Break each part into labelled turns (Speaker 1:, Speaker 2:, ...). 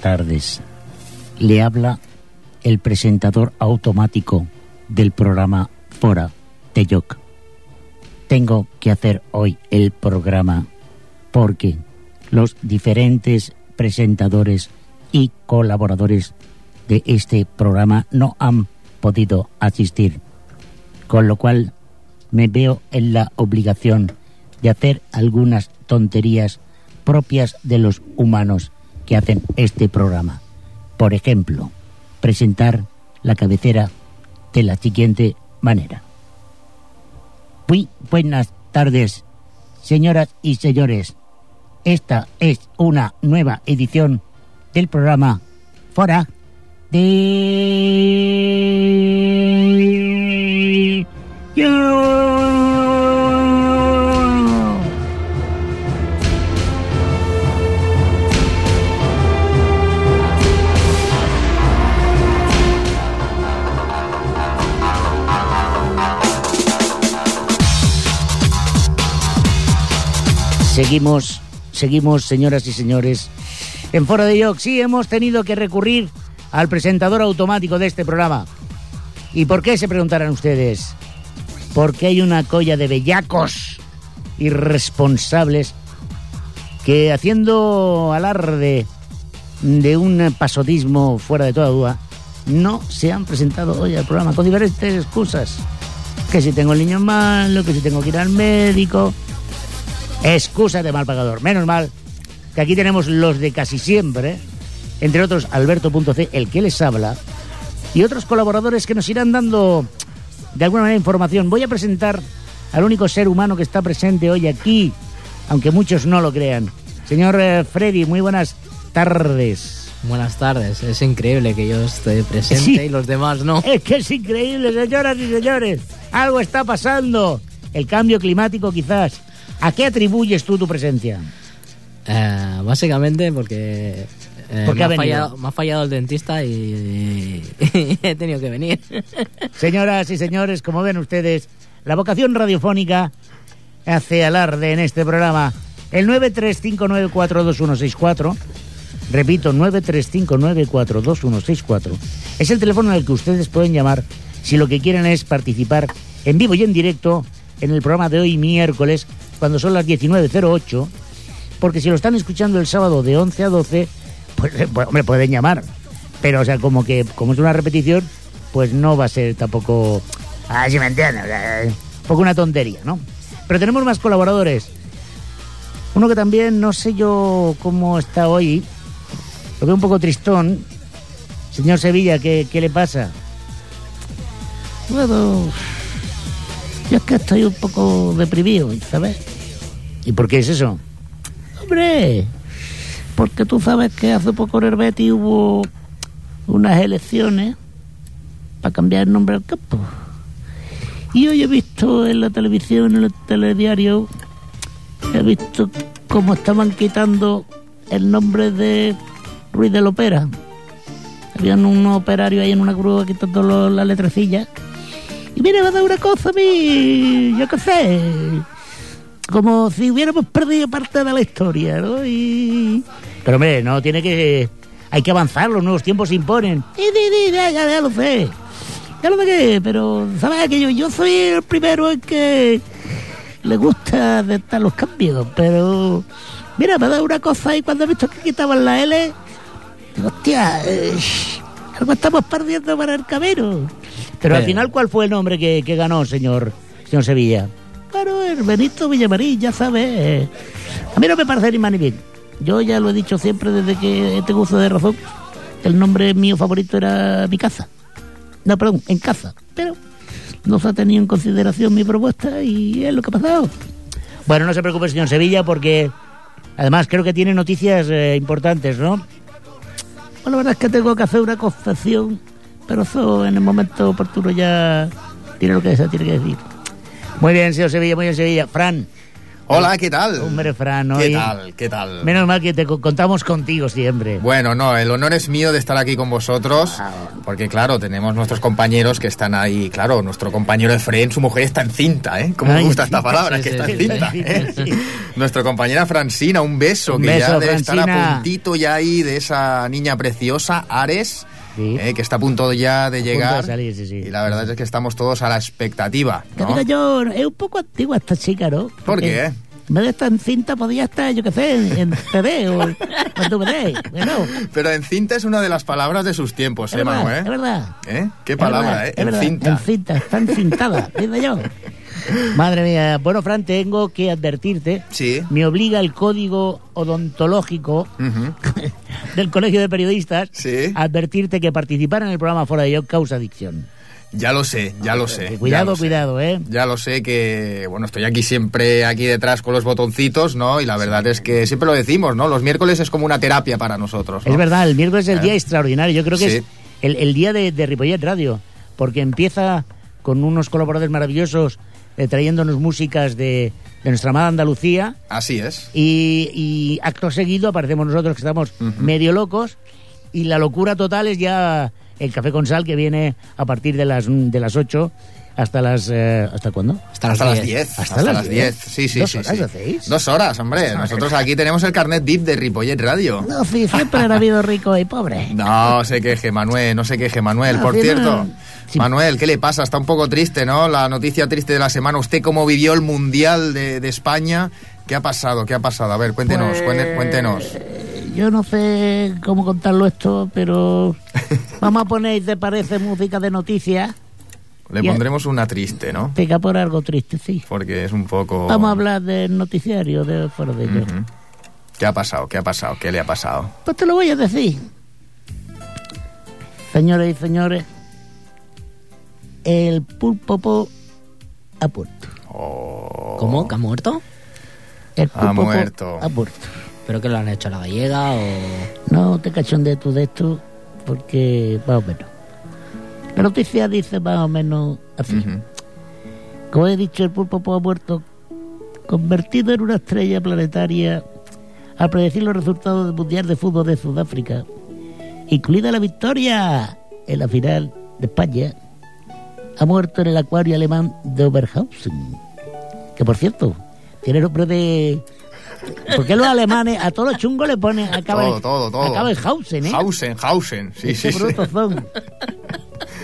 Speaker 1: tardes. Le habla el presentador automático del programa Fora Teyoc. Tengo que hacer hoy el programa porque los diferentes presentadores y colaboradores de este programa no han podido asistir, con lo cual me veo en la obligación de hacer algunas tonterías propias de los humanos que hacen este programa. Por ejemplo, presentar la cabecera de la siguiente manera. Muy buenas tardes, señoras y señores. Esta es una nueva edición del programa Fora de... Yo. Seguimos, seguimos, señoras y señores. En Foro de York sí hemos tenido que recurrir al presentador automático de este programa. ¿Y por qué se preguntarán ustedes? Porque hay una colla de bellacos irresponsables que haciendo alarde de un pasotismo fuera de toda duda, no se han presentado hoy al programa con diferentes excusas. Que si tengo el niño malo, que si tengo que ir al médico. Excusas de mal pagador. Menos mal que aquí tenemos los de casi siempre. ¿eh? entre otros Alberto.c, el que les habla, y otros colaboradores que nos irán dando de alguna manera información. Voy a presentar al único ser humano que está presente hoy aquí, aunque muchos no lo crean. Señor eh, Freddy, muy buenas tardes.
Speaker 2: Buenas tardes, es increíble que yo esté presente
Speaker 1: Sí. Eh.
Speaker 2: y los demás no.
Speaker 1: Es que es increíble, señoras y señores. Algo está pasando. El cambio climático quizás. ¿A qué atribuyes tú tu presencia?
Speaker 2: Eh, básicamente porque, eh,
Speaker 1: ¿Por qué
Speaker 2: me,
Speaker 1: ha
Speaker 2: ha
Speaker 1: venido?
Speaker 2: fallado, me ha fallado el dentista y, y he tenido que venir.
Speaker 1: Señoras y señores, como ven ustedes, la vocación radiofónica hace alarde en este programa. El 935942164, repito, 935942164, es el teléfono al que ustedes pueden llamar si lo que quieren es participar en vivo y en directo en el programa de hoy miércoles, cuando son las 19.08, porque si lo están escuchando el sábado de 11 a 12, pues, eh, pues, hombre, pueden llamar. Pero, o sea, como que como es una repetición, pues no va a ser tampoco... Ah, si me entienden. eh, Un poco una tontería, ¿no? Pero tenemos más colaboradores. Uno que también, no sé yo cómo está hoy, lo veo un poco tristón. Señor Sevilla, ¿qué, qué le pasa? Bueno, yo es que estoy un poco deprimido, ¿sabes? ¿Y por qué es eso? Hombre, porque tú sabes que hace poco en el Betis hubo unas elecciones para cambiar el nombre al campo. Y hoy he visto en la televisión, en el telediario, he visto cómo estaban quitando el nombre de Ruiz de la Opera. Habían un operario ahí en una grúa quitando lo- las letrecillas. Y mira, me ha dado una cosa a mí, yo qué sé como si hubiéramos perdido parte de la historia, ¿no? Y... Pero hombre, no, tiene que... Hay que avanzar, los nuevos tiempos se imponen. Sí, sí, sí, ya, ya, ya lo sé. Ya lo sé, pero sabes que yo, yo soy el primero en que le gusta aceptar los cambios, pero... Mira, me ha dado una cosa ahí cuando he visto que quitaban la L. Digo, hostia, eh, algo estamos perdiendo para el camino. Pero al
Speaker 2: Pero-
Speaker 1: final, ¿cuál fue el nombre que, que ganó, señor, señor Sevilla? Claro, el Benito Villamarín, ya sabes. A mí no me parece ni mal ni bien. Yo ya lo he dicho siempre desde que tengo uso de razón. El nombre mío favorito era mi casa. No, perdón, en casa. Pero no se ha tenido en consideración mi propuesta y es lo que ha pasado. Bueno, no se preocupe, señor Sevilla, porque además creo que tiene noticias eh, importantes, ¿no? Bueno, la verdad es que tengo que hacer una confesión, pero eso en el momento oportuno ya tiene lo que se tiene que decir. Muy bien, señor Sevilla, muy bien, Sevilla. Fran,
Speaker 3: Hola, ¿qué tal?
Speaker 1: Un refrán hoy.
Speaker 3: ¿Qué tal? ¿Qué tal?
Speaker 1: Menos mal que te co- contamos contigo siempre.
Speaker 3: Bueno, no, el honor es mío de estar aquí con vosotros,
Speaker 1: Wow.
Speaker 3: porque claro, tenemos nuestros compañeros que están ahí, claro, nuestro compañero Efraín, su mujer está encinta, ¿eh? ¿Cómo me
Speaker 1: Ay,
Speaker 3: gusta esta
Speaker 1: sí,
Speaker 3: palabra,
Speaker 2: sí,
Speaker 3: que
Speaker 2: sí,
Speaker 3: está
Speaker 2: sí,
Speaker 3: encinta?
Speaker 1: sí,
Speaker 3: ¿eh?
Speaker 1: sí,
Speaker 3: Nuestra compañera Francina, un beso,
Speaker 1: Un
Speaker 3: que ya
Speaker 1: beso,
Speaker 3: debe estar a
Speaker 1: Francina.
Speaker 3: puntito ya ahí de esa niña preciosa, Ares,
Speaker 1: Sí.
Speaker 3: eh, que está a punto ya de
Speaker 1: punto
Speaker 3: llegar,
Speaker 1: de salir, sí, sí.
Speaker 3: y la verdad es que estamos todos a la expectativa,
Speaker 1: Que
Speaker 3: ¿no?
Speaker 1: diga yo, es un poco antigua esta chica, ¿no? Porque
Speaker 3: qué?
Speaker 1: En vez de estar en cinta, podía estar, yo qué sé, en, en CD o en DVD. Bueno,
Speaker 3: Pero encinta es una de las palabras de sus tiempos,
Speaker 1: es
Speaker 3: ¿eh,
Speaker 1: verdad,
Speaker 3: Manu,
Speaker 1: es
Speaker 3: ¿eh?
Speaker 1: verdad.
Speaker 3: ¿Eh? Qué
Speaker 1: Es
Speaker 3: palabra,
Speaker 1: verdad,
Speaker 3: ¿eh?
Speaker 1: es verdad,
Speaker 3: Encinta.
Speaker 1: Encinta, está encintada, digo yo. Madre mía. Bueno, Fran, tengo que advertirte.
Speaker 3: Sí.
Speaker 1: Me obliga el código odontológico
Speaker 3: Ujú.
Speaker 1: del Colegio de Periodistas
Speaker 3: Sí.
Speaker 1: a advertirte que participar en el programa Fuera de Yo causa adicción.
Speaker 3: Ya lo sé, ya lo sé.
Speaker 1: Que
Speaker 3: ya
Speaker 1: cuidado,
Speaker 3: lo sé.
Speaker 1: cuidado, ¿eh?
Speaker 3: Ya lo sé que, bueno, estoy aquí siempre, aquí detrás con los botoncitos, ¿no? Y la verdad es que siempre lo decimos, ¿no? Los miércoles es como una terapia para nosotros. ¿no?
Speaker 1: Es verdad, el miércoles es el día extraordinario. Yo creo que
Speaker 3: Sí.
Speaker 1: es el, el día de, de Ripollet Radio, porque empieza con unos colaboradores maravillosos eh, trayéndonos músicas de, de nuestra amada Andalucía
Speaker 3: Así es.
Speaker 1: y, y acto seguido aparecemos nosotros que estamos medio locos y la locura total es ya el café con sal que viene a partir de las, de las 8 hasta las... eh, ¿Hasta cuándo?
Speaker 3: Hasta las 10.
Speaker 1: Hasta las 10.
Speaker 3: Sí, sí,
Speaker 1: ¿Dos
Speaker 3: sí,
Speaker 1: horas
Speaker 3: sí.
Speaker 1: hacéis?
Speaker 3: Dos horas, hombre. Nosotros aquí tenemos el carnet VIP de Ripollet Radio.
Speaker 1: No, sí, siempre ha habido rico y pobre.
Speaker 3: No se queje, Manuel, no se queje, Manuel.
Speaker 1: No,
Speaker 3: Por
Speaker 1: sí,
Speaker 3: cierto,
Speaker 1: no. Ah, Sí.
Speaker 3: Manuel, ¿qué le pasa? Está un poco triste, ¿no? La noticia triste de la semana. ¿Usted cómo vivió el Mundial de, de España? ¿Qué ha pasado? ¿Qué ha pasado? A ver,
Speaker 1: Pues,
Speaker 3: cuéntenos, cuente- cuéntenos.
Speaker 1: Yo no sé cómo contarlo esto, pero vamos a poner, ¿te parece música de noticias?
Speaker 3: Le
Speaker 1: Ya.
Speaker 3: pondremos una triste, ¿no?
Speaker 1: Pica por algo triste, sí.
Speaker 3: Porque es un poco...
Speaker 1: Vamos a hablar del noticiario de fuera de ello.
Speaker 3: Oh. Ujú. ¿Qué ha pasado? ¿Qué ha pasado? ¿Qué le ha pasado?
Speaker 1: Pues te lo voy a decir. Señores y señores, el pulpo po ha muerto.
Speaker 3: Oh,
Speaker 2: ¿Cómo? ¿Que ha muerto?
Speaker 1: El
Speaker 3: Ha
Speaker 1: pulpo po
Speaker 3: muerto.
Speaker 1: Ha muerto.
Speaker 2: ¿Pero que lo han hecho a la gallega o...?
Speaker 1: No te cachón de tu de esto, porque más o menos. La noticia dice más o menos así.
Speaker 3: Ujú.
Speaker 1: Como he dicho, el pulpo po ha muerto, convertido en una estrella planetaria al predecir los resultados del Mundial de Fútbol de Sudáfrica, incluida la victoria en la final de España, ha muerto en el acuario alemán de Oberhausen. Que por cierto, tiene nombre de. Porque los alemanes a todos los chungos le ponen. Acaba
Speaker 3: Todo,
Speaker 1: el,
Speaker 3: todo, todo.
Speaker 1: Acaba el Hausen, ¿eh?
Speaker 3: Hausen, Hausen. Sí,
Speaker 1: Qué
Speaker 3: sí, sí.
Speaker 1: brutos son. Este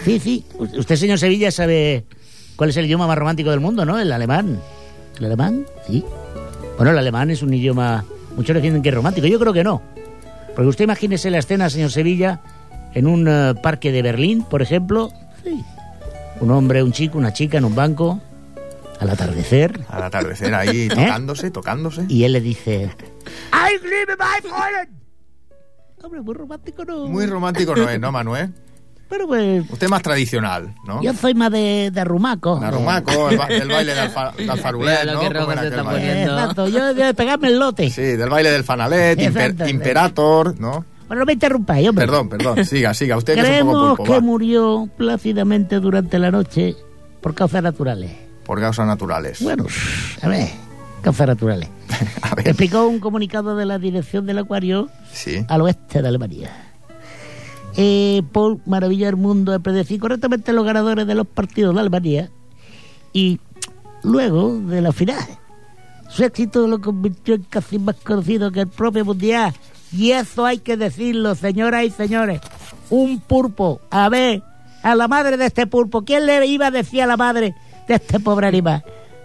Speaker 1: Sí, sí. U- Usted, señor Sevilla, sabe cuál es el idioma más romántico del mundo, ¿no? El alemán. ¿El alemán? Sí. Bueno, el alemán es un idioma... Muchos defienden que es romántico. Yo creo que no. Porque usted imagínese la escena, señor Sevilla, en un eh, parque de Berlín, por ejemplo. Sí. Un hombre, un chico, una chica en un banco, al atardecer.
Speaker 3: Al atardecer ahí, tocándose, tocándose.
Speaker 1: ¿Eh? Y él le dice... ¡Ay, liebe my Freund! Hombre, muy romántico no.
Speaker 3: Muy romántico no es, ¿no, Manuel?
Speaker 1: Pero pues...
Speaker 3: Usted más tradicional, ¿no?
Speaker 1: Yo soy más de, de arrumaco.
Speaker 3: La romaco, el, ba- del baile del, fa- del farulet,
Speaker 2: Mira
Speaker 3: ¿no?
Speaker 2: lo que
Speaker 3: ¿Cómo
Speaker 2: rojo
Speaker 3: era
Speaker 2: se
Speaker 3: aquel
Speaker 2: está
Speaker 3: baile?
Speaker 1: Eh,
Speaker 2: Viendo.
Speaker 1: Exacto, yo de pegarme el lote.
Speaker 3: Sí, del baile del fanalet, imper-
Speaker 1: Exacto.
Speaker 3: imperator, ¿no?
Speaker 1: Bueno, no me interrumpáis, hombre.
Speaker 3: Perdón, perdón, siga, siga. Usted que es un
Speaker 1: Creemos
Speaker 3: poco
Speaker 1: que
Speaker 3: pulpo, va.
Speaker 1: murió plácidamente durante la noche por causas naturales.
Speaker 3: Por causas naturales.
Speaker 1: Bueno, a ver, causas naturales.
Speaker 3: A ver,
Speaker 1: Explicó un comunicado de la dirección del acuario
Speaker 3: sí.
Speaker 1: al oeste de Alemania. Eh, por maravillar el mundo de predecir correctamente los ganadores de los partidos de Alemania y luego de la final. Su éxito lo convirtió en casi más conocido que el propio Mundial. Y eso hay que decirlo, señoras y señores. Un pulpo. A ver, a la madre de este pulpo. ¿Quién le iba a decir a la madre de este pobre animal?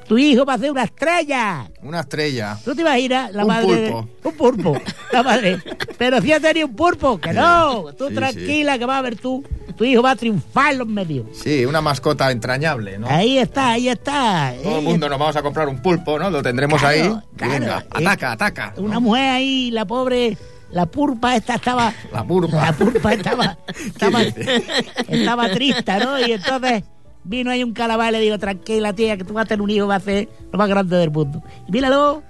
Speaker 1: Tu hijo va a ser una estrella.
Speaker 3: Una estrella.
Speaker 1: ¿Tú te imaginas la
Speaker 3: Un
Speaker 1: madre? de-
Speaker 3: pulpo.
Speaker 1: un pulpo. La madre. Pero si ha tenido un pulpo, que no. Tú
Speaker 3: Sí,
Speaker 1: tranquila, que vas a ver tú. Tu hijo va a triunfar en los medios.
Speaker 3: Sí, una mascota entrañable, ¿no?
Speaker 1: Ahí está, ahí está.
Speaker 3: Todo el
Speaker 1: Ahí
Speaker 3: mundo nos vamos a comprar un pulpo, ¿no? Lo tendremos
Speaker 1: eh. Claro,
Speaker 3: ahí. Y
Speaker 1: claro.
Speaker 3: Venga, ataca, ataca.
Speaker 1: está. Una mujer ahí, la pobre, la pulpa esta estaba.
Speaker 3: La pulpa.
Speaker 1: La pulpa estaba. Estaba, estaba triste, ¿no? Y entonces vino ahí un calabar y le digo, tranquila, tía, que tú vas a tener un hijo, va a ser lo más grande del mundo. Y míralo.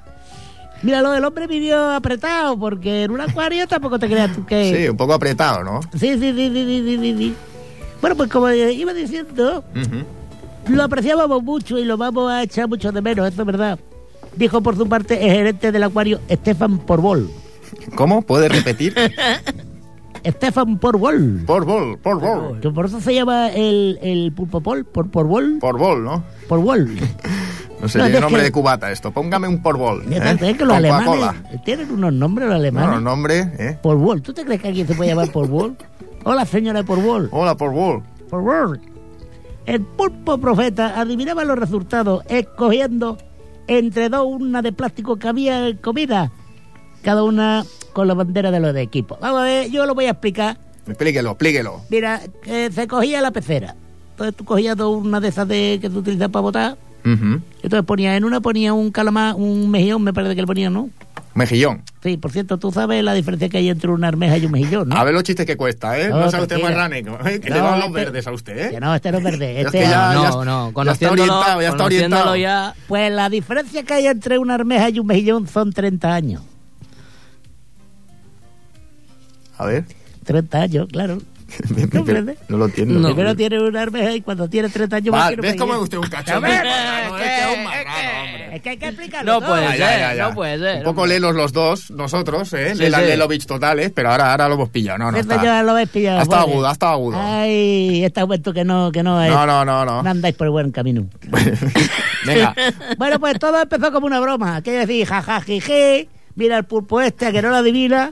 Speaker 1: Míralo, el hombre vivió apretado, porque en un acuario tampoco te creas tú que.
Speaker 3: Sí, un poco apretado, ¿no?
Speaker 1: Sí, sí, sí, sí, sí, sí, sí, sí. Bueno, pues como eh, iba diciendo,
Speaker 3: Ujú.
Speaker 1: lo apreciábamos mucho y lo vamos a echar mucho de menos, esto es verdad. dijo por su parte el gerente del acuario Estefan Porbol.
Speaker 3: ¿Cómo? ¿Puedes repetir?
Speaker 1: Estefan Porbol.
Speaker 3: Por bol, por bol.
Speaker 1: Que por eso se llama el, el pulpo pol, por Porbol,
Speaker 3: Por bol, ¿no?
Speaker 1: Porbol.
Speaker 3: No sé,
Speaker 1: No,
Speaker 3: tiene
Speaker 1: es
Speaker 3: nombre
Speaker 1: que-
Speaker 3: de cubata esto. Póngame un por bol.
Speaker 1: Ya
Speaker 3: ¿eh?
Speaker 1: tanto, Es que
Speaker 3: Con
Speaker 1: los alemanes
Speaker 3: Coca-Cola.
Speaker 1: tienen unos nombres los alemanes.
Speaker 3: Bueno, nombre, ¿eh?
Speaker 1: Porbol. ¿Tú te crees que alguien se puede llamar Porbol? Hola, señora Porbol.
Speaker 3: Hola, por bol.
Speaker 1: Por favor. El pulpo profeta adivinaba los resultados escogiendo entre dos urnas de plástico que había en comida, cada una con la bandera de los de equipo. Vamos a ver, yo lo voy a explicar.
Speaker 3: Explíquelo, explíquelo.
Speaker 1: Mira, que se cogía la pecera. Entonces tú cogías dos urnas de esas de, que tú utilizas para votar.
Speaker 3: Ujú.
Speaker 1: Entonces ponías en una ponía un calamar, un mejillón, me parece que le ponían, ¿no?
Speaker 3: Mejillón.
Speaker 1: Sí, por cierto, tú sabes la diferencia que hay entre una armeja y un mejillón, ¿no?
Speaker 3: A ver los chistes que cuesta, ¿eh? No,
Speaker 1: No,
Speaker 3: sea usted
Speaker 1: tranquila.
Speaker 3: marránico. ¿eh? Que le
Speaker 1: No,
Speaker 3: van los
Speaker 1: este-
Speaker 3: verdes a usted,
Speaker 1: Ya
Speaker 3: ¿eh?
Speaker 1: no, este no es verde.
Speaker 3: Es
Speaker 1: Este
Speaker 3: que
Speaker 1: es-
Speaker 3: ya-
Speaker 2: no, no,
Speaker 3: ya está
Speaker 2: conociéndolo,
Speaker 3: orientado, ya está
Speaker 2: conociéndolo
Speaker 3: orientado.
Speaker 2: ya.
Speaker 1: Pues la diferencia que hay entre una armeja y un mejillón son 30 años.
Speaker 3: A ver.
Speaker 1: 30 años, claro. comprendes?
Speaker 3: no lo entiendo.
Speaker 2: No.
Speaker 1: Primero tiene una armeja y cuando tiene 30 años
Speaker 3: Vale,
Speaker 1: va a tener un
Speaker 3: ¿Ves cómo es
Speaker 1: mejillón.
Speaker 3: usted un cachorro?
Speaker 1: A ver,
Speaker 3: Marrano,
Speaker 2: es
Speaker 3: este
Speaker 2: que-
Speaker 3: es un marrano,
Speaker 2: es que-
Speaker 3: hombre.
Speaker 1: Es que hay que explicarlo
Speaker 2: No
Speaker 1: todo.
Speaker 2: puede
Speaker 3: Ah, Ya,
Speaker 2: ser,
Speaker 3: ya, ya, ya.
Speaker 2: no puede
Speaker 3: Un
Speaker 2: ser.
Speaker 3: poco lelos los dos, nosotros, ¿eh?
Speaker 2: Sí,
Speaker 3: Lela
Speaker 2: sí.
Speaker 3: Lelovich totales, pero ahora, ahora lo hemos pillado. No, no,
Speaker 1: Esto
Speaker 3: está.
Speaker 1: ya lo habéis pillado.
Speaker 3: Ha estado
Speaker 1: vale.
Speaker 3: agudo, ha estado agudo.
Speaker 1: Ay, está vuelto que no, que no es.
Speaker 3: No, no, no, no.
Speaker 1: No andáis por buen camino.
Speaker 3: Venga.
Speaker 1: bueno, pues todo empezó como una broma. Quiero decir, jajajiji, mira el pulpo este que no lo adivina.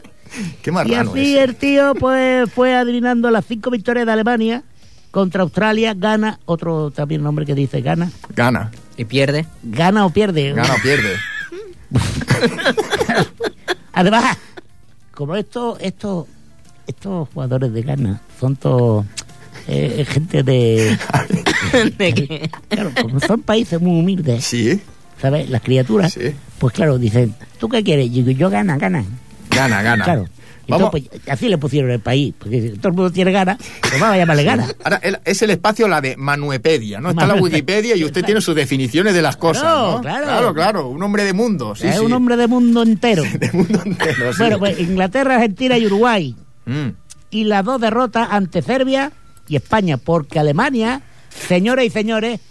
Speaker 3: Qué
Speaker 1: Y
Speaker 3: marrano
Speaker 1: así
Speaker 3: es.
Speaker 1: el tío pues fue adivinando las cinco victorias de Alemania contra Australia, gana, otro también nombre que dice gana,
Speaker 3: Gana.
Speaker 2: Y pierde.
Speaker 1: gana o pierde.
Speaker 3: Gana o pierde.
Speaker 1: Además, como estos estos estos jugadores de Ghana son todos eh, gente de
Speaker 2: ¿De qué?
Speaker 1: claro, como son países muy humildes,
Speaker 3: Sí. ¿eh?
Speaker 1: ¿sabes? Las criaturas,
Speaker 3: Sí.
Speaker 1: pues claro, dicen, ¿tú qué quieres? Yo, yo gana, gana.
Speaker 3: Gana, gana.
Speaker 1: Claro.
Speaker 3: Vamos.
Speaker 1: Entonces, pues, así le pusieron el país, porque todo el mundo tiene gana, pues vamos a llamarle gana.
Speaker 3: Ahora, el- es el espacio la de Manuepedia, ¿no? Está la
Speaker 1: Manuepedia.
Speaker 3: Wikipedia y usted tiene sus definiciones de las cosas,
Speaker 1: Claro,
Speaker 3: ¿no?
Speaker 1: claro.
Speaker 3: Claro, claro, Un hombre de mundo, sí,
Speaker 1: es
Speaker 3: sí.
Speaker 1: un hombre de mundo entero.
Speaker 3: de mundo entero, sí.
Speaker 1: Bueno, pues Inglaterra, Argentina y Uruguay.
Speaker 3: Mm.
Speaker 1: Y las dos derrotas ante Serbia y España. Porque Alemania, señoras y señores,